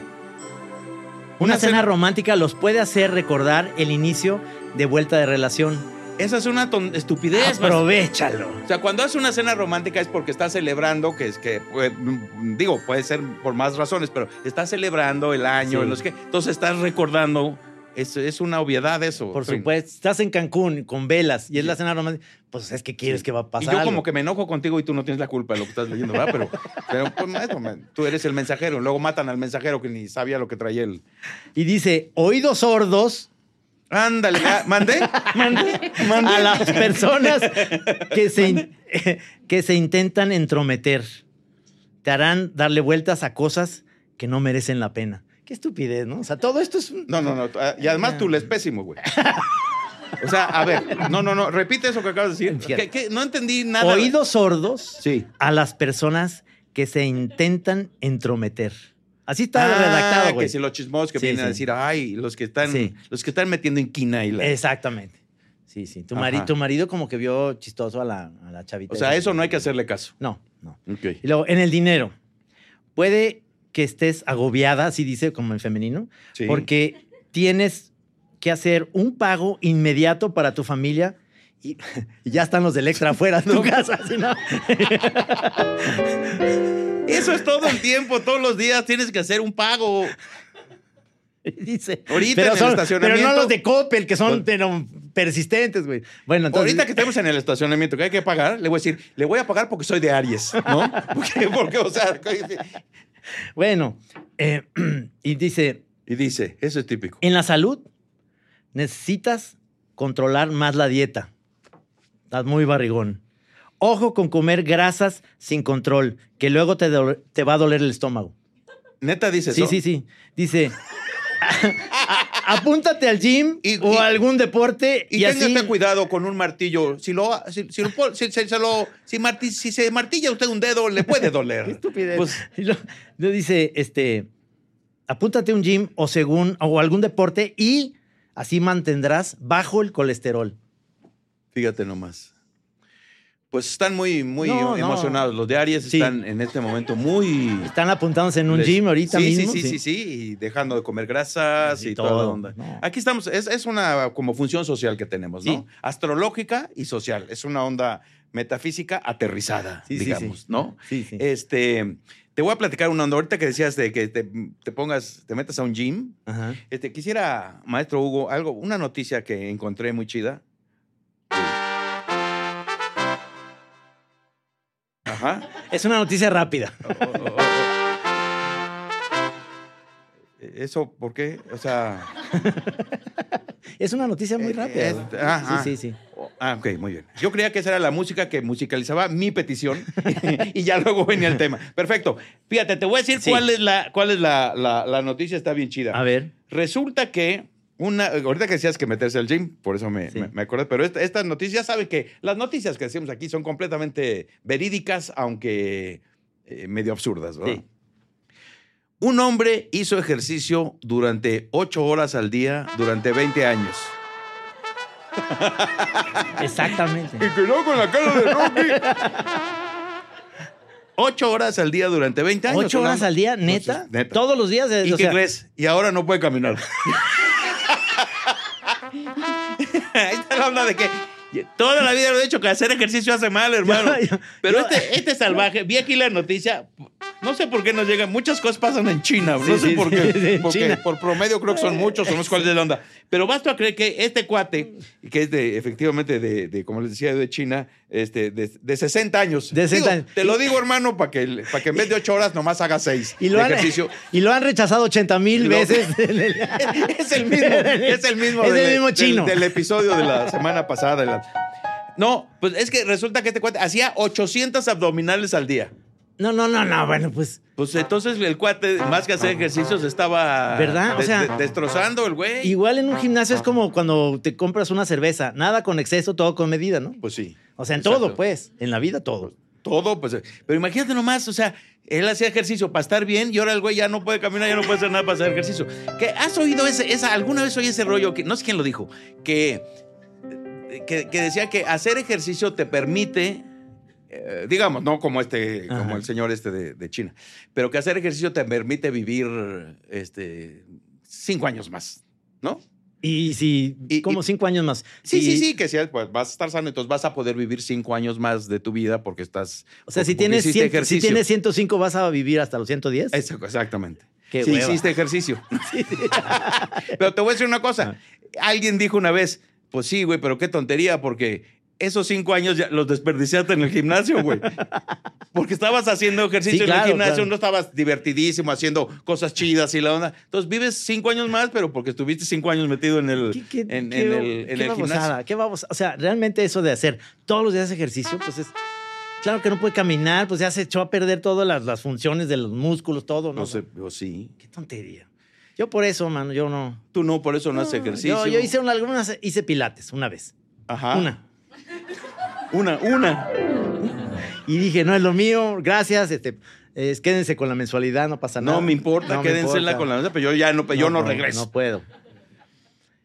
[SPEAKER 5] una
[SPEAKER 3] una
[SPEAKER 5] cena
[SPEAKER 3] cena-
[SPEAKER 5] romántica los puede hacer recordar el inicio de vuelta de relación.
[SPEAKER 3] Esa es una ton-
[SPEAKER 5] Ah,
[SPEAKER 3] estupidez. maestro.
[SPEAKER 5] Aprovechalo.
[SPEAKER 3] O sea, cuando hace una cena romántica es porque está celebrando, que es que, pues, mm, digo, puede ser por más razones, pero está celebrando el año,
[SPEAKER 5] Sí.
[SPEAKER 3] en los que, entonces estás recordando, es, es una obviedad eso.
[SPEAKER 5] Por
[SPEAKER 3] Trino.
[SPEAKER 5] supuesto, estás en Cancún con velas y es la cena romántica. Pues es que quieres que va a
[SPEAKER 3] Y
[SPEAKER 5] pasar.
[SPEAKER 3] yo
[SPEAKER 5] algo.
[SPEAKER 3] como que me enojo contigo y tú no tienes la culpa de lo que estás leyendo, ¿verdad? Pero, pero pues, maestro, man, tú eres el mensajero. Luego matan al mensajero que ni sabía lo que traía él.
[SPEAKER 5] Y dice, oídos sordos
[SPEAKER 3] Ándale, ya, mandé, mandé, mandé.
[SPEAKER 5] a las personas que se, in- que se intentan entrometer. Te harán darle vueltas a cosas que no merecen la pena. Qué estupidez, ¿no? O sea, todo esto es... un-
[SPEAKER 3] No, no, no. Y además tú le es pésimo, güey. O sea, a ver, no, no, no, repite eso que acabas de decir.
[SPEAKER 5] Fíjate.
[SPEAKER 3] ¿Qué- qué? No entendí nada.
[SPEAKER 5] Oídos sordos
[SPEAKER 3] Sí.
[SPEAKER 5] a las personas que se intentan entrometer. Así está
[SPEAKER 3] Ah,
[SPEAKER 5] redactado, güey.
[SPEAKER 3] Que si los chismosos que
[SPEAKER 5] Sí,
[SPEAKER 3] vienen a
[SPEAKER 5] sí.
[SPEAKER 3] decir, ay, los que están,
[SPEAKER 5] Sí.
[SPEAKER 3] los que están metiendo en quina y la-".
[SPEAKER 5] Exactamente. Sí, sí. Tu, mari-
[SPEAKER 3] Ajá.
[SPEAKER 5] tu marido como que vio chistoso a la, a la chavita.
[SPEAKER 3] O sea, eso no hay que hacerle caso.
[SPEAKER 5] No, no.
[SPEAKER 3] Ok.
[SPEAKER 5] Y luego, en el dinero. Puede que estés agobiada, así dice como en femenino,
[SPEAKER 3] Sí.
[SPEAKER 5] porque tienes que hacer un pago inmediato para tu familia y, y ya están los del extra afuera de tu casa. así, ¿no?
[SPEAKER 3] Eso es todo el tiempo, todos los días tienes que hacer un pago.
[SPEAKER 5] Y Dice,
[SPEAKER 3] Ahorita en el
[SPEAKER 5] son-
[SPEAKER 3] estacionamiento-
[SPEAKER 5] pero no los de Coppel, que son
[SPEAKER 3] Bueno.
[SPEAKER 5] pero, persistentes, güey. Bueno, entonces...
[SPEAKER 3] Ahorita que estemos en el estacionamiento, que hay que pagar, le voy a decir, le voy a pagar porque soy de Aries, ¿no? Porque, porque o sea,
[SPEAKER 5] Bueno, eh, y dice,
[SPEAKER 3] y dice, eso es típico.
[SPEAKER 5] en la salud necesitas controlar más la dieta. Estás muy barrigón. Ojo con comer grasas sin control, que luego te, dol- te va a doler el estómago.
[SPEAKER 3] Neta dice
[SPEAKER 5] Sí,
[SPEAKER 3] eso.
[SPEAKER 5] sí, sí. Dice, apúntate al gym
[SPEAKER 3] Y-
[SPEAKER 5] o
[SPEAKER 3] y-
[SPEAKER 5] a algún deporte y,
[SPEAKER 3] Y, téngase
[SPEAKER 5] así...
[SPEAKER 3] cuidado con un martillo. Si lo, si, si lo pon- si- si- si lo- si marti- si se martilla usted un dedo, le puede doler.
[SPEAKER 5] estupidez.
[SPEAKER 3] Pues,
[SPEAKER 5] Y lo- lo dice, este, apúntate a un gym o según o algún deporte y así mantendrás bajo el colesterol.
[SPEAKER 3] fíjate nomás. Pues están muy, muy
[SPEAKER 5] No, no.
[SPEAKER 3] emocionados. Los de Aries
[SPEAKER 5] Sí.
[SPEAKER 3] están en este momento muy.
[SPEAKER 5] Están apuntándose en un
[SPEAKER 3] Les-
[SPEAKER 5] gym ahorita
[SPEAKER 3] sí,
[SPEAKER 5] mismo.
[SPEAKER 3] Sí, sí, sí, sí, y dejando de comer grasas
[SPEAKER 5] Sí,
[SPEAKER 3] y toda la
[SPEAKER 5] todo.
[SPEAKER 3] onda.
[SPEAKER 5] No.
[SPEAKER 3] Aquí estamos, es, es una como función social que tenemos, ¿no?
[SPEAKER 5] Sí.
[SPEAKER 3] Astrológica y social. Es una onda metafísica aterrizada,
[SPEAKER 5] Sí, sí,
[SPEAKER 3] digamos,
[SPEAKER 5] sí.
[SPEAKER 3] ¿no?
[SPEAKER 5] Sí, sí.
[SPEAKER 3] Este, te voy a platicar una onda. Ahorita que decías de que te, te pongas, te metas a un gym.
[SPEAKER 5] Ajá.
[SPEAKER 3] Este, quisiera, maestro Hugo, algo, una noticia que encontré muy chida. Ajá.
[SPEAKER 5] Es una noticia rápida.
[SPEAKER 3] E-, ¿Eso por qué? O sea.
[SPEAKER 5] Es una noticia muy
[SPEAKER 3] eh,
[SPEAKER 5] rápida.
[SPEAKER 3] es-
[SPEAKER 5] güey.
[SPEAKER 3] ajá.
[SPEAKER 5] Sí, sí, sí.
[SPEAKER 3] Oh, Ah, ok, muy bien. Yo creía que esa era la música que musicalizaba mi petición y ya luego venía el tema. Perfecto. Fíjate, te voy a decir
[SPEAKER 5] Sí.
[SPEAKER 3] cuál es la, cuál es la, la- la noticia, está bien chida.
[SPEAKER 5] A ver.
[SPEAKER 3] Resulta que una. Ahorita que decías que meterse al gym, por eso me,
[SPEAKER 5] Sí.
[SPEAKER 3] me- me acordé, pero esta- estas noticias, sabe que las noticias que decimos aquí son completamente verídicas, aunque eh, medio absurdas, ¿verdad?
[SPEAKER 5] Sí.
[SPEAKER 3] Un hombre hizo ejercicio durante ocho horas al día durante 20 años.
[SPEAKER 5] Exactamente.
[SPEAKER 4] Y que no con la cara de Rocky.
[SPEAKER 3] Ocho horas al día durante 20 años.
[SPEAKER 5] ¿Ocho
[SPEAKER 3] una-
[SPEAKER 5] horas al día? ¿Neta?
[SPEAKER 3] Entonces, neta.
[SPEAKER 5] Todos los días. eh,
[SPEAKER 3] ¿Y
[SPEAKER 5] o
[SPEAKER 3] qué
[SPEAKER 5] sea,
[SPEAKER 3] crees? Y ahora no puede caminar. Ahí está la onda de que toda la vida lo he hecho que hacer ejercicio hace mal, hermano.
[SPEAKER 5] Yo- yo-
[SPEAKER 3] Pero
[SPEAKER 5] yo-
[SPEAKER 3] este, este salvaje, vi aquí la noticia. No sé por qué nos llegan. Muchas cosas pasan en China. No
[SPEAKER 5] Sí,
[SPEAKER 3] sé
[SPEAKER 5] sí,
[SPEAKER 3] por
[SPEAKER 5] sí,
[SPEAKER 3] qué.
[SPEAKER 5] sí, en
[SPEAKER 3] porque
[SPEAKER 5] China.
[SPEAKER 3] por promedio creo que son muchos, o no sé cuál es la onda. Pero basta creer que este cuate, que es de, efectivamente de, de, como les decía, yo, de China, este, de, de 60 años.
[SPEAKER 5] De 60
[SPEAKER 3] Digo,
[SPEAKER 5] años.
[SPEAKER 3] Te lo digo, hermano, para que, para que en vez de 8 horas nomás haga 6
[SPEAKER 5] Y lo, han,
[SPEAKER 3] ejercicio.
[SPEAKER 5] y lo han rechazado 80 mil
[SPEAKER 3] Lo-
[SPEAKER 5] veces.
[SPEAKER 3] Es el mismo, es el mismo,
[SPEAKER 5] Es el
[SPEAKER 3] del-
[SPEAKER 5] mismo
[SPEAKER 3] del-
[SPEAKER 5] chino.
[SPEAKER 3] Del, episodio de la semana pasada. de la- No, pues es que resulta que este cuate hacía 800 abdominales al día.
[SPEAKER 5] No, no, no, no. Bueno, pues.
[SPEAKER 3] Pues entonces el cuate, más que hacer ejercicios, estaba
[SPEAKER 5] ¿Verdad? O
[SPEAKER 3] de-
[SPEAKER 5] sea-
[SPEAKER 3] de- destrozando el güey.
[SPEAKER 5] Igual en un gimnasio es como cuando te compras una cerveza. Nada con exceso, todo con medida, ¿no?
[SPEAKER 3] Pues sí.
[SPEAKER 5] O sea, en
[SPEAKER 3] Exacto.
[SPEAKER 5] todo, pues. En la vida, todo.
[SPEAKER 3] Todo, pues. eh, Pero imagínate nomás, o sea, él hacía ejercicio para estar bien y ahora el güey ya no puede caminar, ya no puede hacer nada para hacer ejercicio. ¿Qué, ¿Has oído ese, esa, alguna vez oí ese rollo que, no sé quién lo dijo, que, eh, que, que decía que hacer ejercicio te permite, eh, digamos, no como este,
[SPEAKER 5] Ajá.
[SPEAKER 3] como el señor este de, de China, pero que hacer ejercicio te permite vivir este, cinco años más, ¿no?
[SPEAKER 5] Y si.
[SPEAKER 3] Y-
[SPEAKER 5] como
[SPEAKER 3] y-
[SPEAKER 5] cinco años más.
[SPEAKER 3] Sí, sí,
[SPEAKER 5] Y-
[SPEAKER 3] sí, que sí, pues vas a estar sano, entonces vas a poder vivir cinco años más de tu vida porque estás.
[SPEAKER 5] O
[SPEAKER 3] porque-
[SPEAKER 5] sea,
[SPEAKER 3] porque
[SPEAKER 5] si tienes,
[SPEAKER 3] hiciste
[SPEAKER 5] 100 si
[SPEAKER 3] ejercicio.
[SPEAKER 5] tienes 105, vas a vivir hasta los 110.
[SPEAKER 3] Eso, exactamente.
[SPEAKER 5] Qué
[SPEAKER 3] si
[SPEAKER 5] hueva.
[SPEAKER 3] hiciste ejercicio. pero te voy a decir una cosa.
[SPEAKER 5] Ah.
[SPEAKER 3] Alguien dijo una vez, pues sí, güey, pero qué tontería, porque esos cinco años ya los desperdiciaste en el gimnasio, güey. Porque estabas haciendo ejercicio
[SPEAKER 5] Sí,
[SPEAKER 3] en
[SPEAKER 5] claro,
[SPEAKER 3] el gimnasio,
[SPEAKER 5] claro.
[SPEAKER 3] no estabas divertidísimo haciendo cosas chidas y la onda. Entonces vives cinco años más, pero porque estuviste cinco años metido en el,
[SPEAKER 5] ¿Qué, qué,
[SPEAKER 3] en,
[SPEAKER 5] qué-
[SPEAKER 3] en el, en
[SPEAKER 5] qué
[SPEAKER 3] el gimnasio.
[SPEAKER 5] babosada, qué babos- O sea, realmente eso de hacer todos los días ejercicio, pues es. Claro que no puede caminar, pues ya se echó a perder todas las, las funciones de los músculos, todo, ¿no?
[SPEAKER 3] No sé, o sí.
[SPEAKER 5] Qué tontería. Yo por eso, mano, yo no.
[SPEAKER 3] Tú no, por eso no, haces
[SPEAKER 5] No,
[SPEAKER 3] ejercicio. Ah.
[SPEAKER 5] Yo, yo hice una- algunas, hice pilates una vez.
[SPEAKER 3] Ajá.
[SPEAKER 5] Una.
[SPEAKER 3] Una, una.
[SPEAKER 5] Y dije, no es lo mío, gracias, este, es, quédense con la mensualidad, no pasa nada.
[SPEAKER 3] No me importa,
[SPEAKER 5] No me
[SPEAKER 3] quédense
[SPEAKER 5] importa.
[SPEAKER 3] con la mesa, pero yo ya no, yo no,
[SPEAKER 5] no,
[SPEAKER 3] regreso.
[SPEAKER 5] No puedo.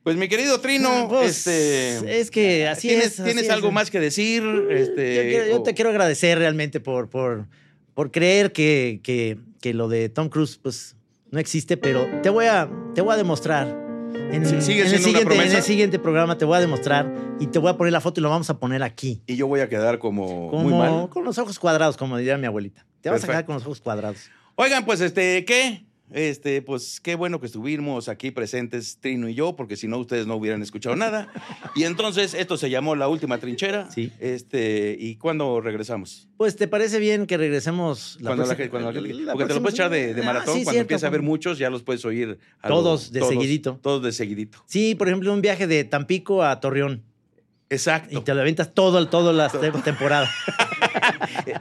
[SPEAKER 3] Pues mi querido Trino,
[SPEAKER 5] Pues,
[SPEAKER 3] este,
[SPEAKER 5] es que así
[SPEAKER 3] ¿tienes,
[SPEAKER 5] es. así
[SPEAKER 3] tienes
[SPEAKER 5] es. eh.
[SPEAKER 3] algo más que decir? Este,
[SPEAKER 5] Yo, quiero- yo
[SPEAKER 3] o-
[SPEAKER 5] te quiero agradecer realmente por, por, por creer que, que- que lo de Tom Cruise pues, no existe, pero te voy a, te voy a demostrar En,
[SPEAKER 3] Sí, sigue siendo
[SPEAKER 5] en el
[SPEAKER 3] una
[SPEAKER 5] siguiente, en
[SPEAKER 3] promesa.
[SPEAKER 5] el siguiente programa te voy a demostrar y te voy a poner la foto y lo vamos a poner aquí.
[SPEAKER 3] Y yo voy a quedar como,
[SPEAKER 5] Como
[SPEAKER 3] muy mal.
[SPEAKER 5] con los ojos cuadrados, como diría mi abuelita. Te vas a quedar
[SPEAKER 3] Perfecto.
[SPEAKER 5] con los ojos cuadrados.
[SPEAKER 3] Oigan, pues este, ¿qué? Este, pues qué bueno que estuvimos aquí presentes Trino y yo, porque si no ustedes no hubieran escuchado nada. Y entonces esto se llamó La Última Trinchera.
[SPEAKER 5] Sí.
[SPEAKER 3] Este, ¿y cuándo regresamos?
[SPEAKER 5] Pues, ¿te parece bien que regresemos
[SPEAKER 3] cuando la,
[SPEAKER 5] próxima-
[SPEAKER 3] gente- cuando la gente-
[SPEAKER 5] la
[SPEAKER 3] porque te lo
[SPEAKER 5] próxima
[SPEAKER 3] puedes echar de, de
[SPEAKER 5] semana?
[SPEAKER 3] maratón.
[SPEAKER 5] Ah, sí,
[SPEAKER 3] cuando
[SPEAKER 5] cierto,
[SPEAKER 3] empieza a haber
[SPEAKER 5] cuando-
[SPEAKER 3] muchos, ya los puedes oír. a
[SPEAKER 5] Todos de seguidito.
[SPEAKER 3] Todos de seguidito.
[SPEAKER 5] Sí, por ejemplo, un viaje de Tampico a Torreón y
[SPEAKER 3] Exacto.
[SPEAKER 5] te lo aventas todo, todo la tem- temporada.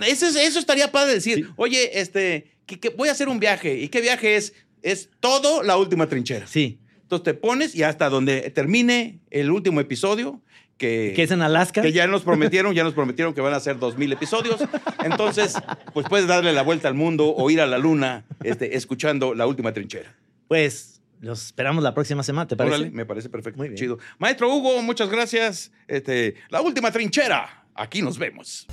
[SPEAKER 3] Eso, es- eso estaría padre decir, oye, este, que, que voy a hacer un viaje. ¿Y qué viaje es? Es todo la última trinchera.
[SPEAKER 5] Sí,
[SPEAKER 3] Entonces te pones y hasta donde termine el último episodio, que,
[SPEAKER 5] que es en Alaska.
[SPEAKER 3] que ya nos prometieron, ya nos prometieron que van a ser dos mil episodios. Entonces, pues puedes darle la vuelta al mundo o ir a la luna este, escuchando la última trinchera.
[SPEAKER 5] Pues, los esperamos la próxima semana, ¿te parece?
[SPEAKER 3] Órale, me parece perfecto.
[SPEAKER 5] Muy bien.
[SPEAKER 3] Chido. Maestro Hugo, muchas gracias. Este, la última trinchera. Aquí nos vemos.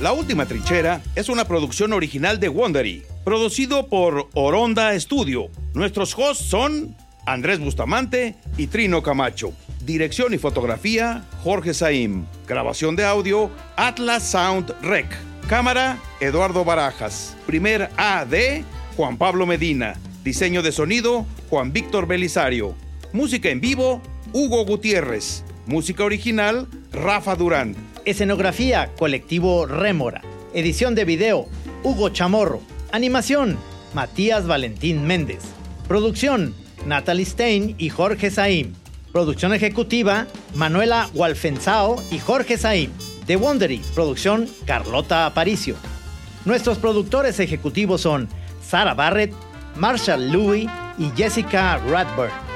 [SPEAKER 3] La última trinchera es una producción original de Wondery, producido por Oronda Studio. Nuestros hosts son Andrés Bustamante y Trino Camacho. Dirección y fotografía, Jorge Saim. Grabación de audio, Atlas Sound Rec. Cámara, Eduardo Barajas. Primer AD, Juan Pablo Medina. Diseño de sonido, Juan Víctor Belisario. Música en vivo, Hugo Gutiérrez. Música original, Rafa Durán.
[SPEAKER 2] Escenografía, colectivo Rémora. Edición de video, Hugo Chamorro. Animación, Matías Valentín Méndez. Producción, Natalie Stein y Jorge Saim. Producción ejecutiva, Manuela Walfenzao y Jorge Saim. The Wondery, producción Carlota Aparicio. Nuestros productores ejecutivos son Sarah Barrett, Marshall Louis y Jessica Radburn.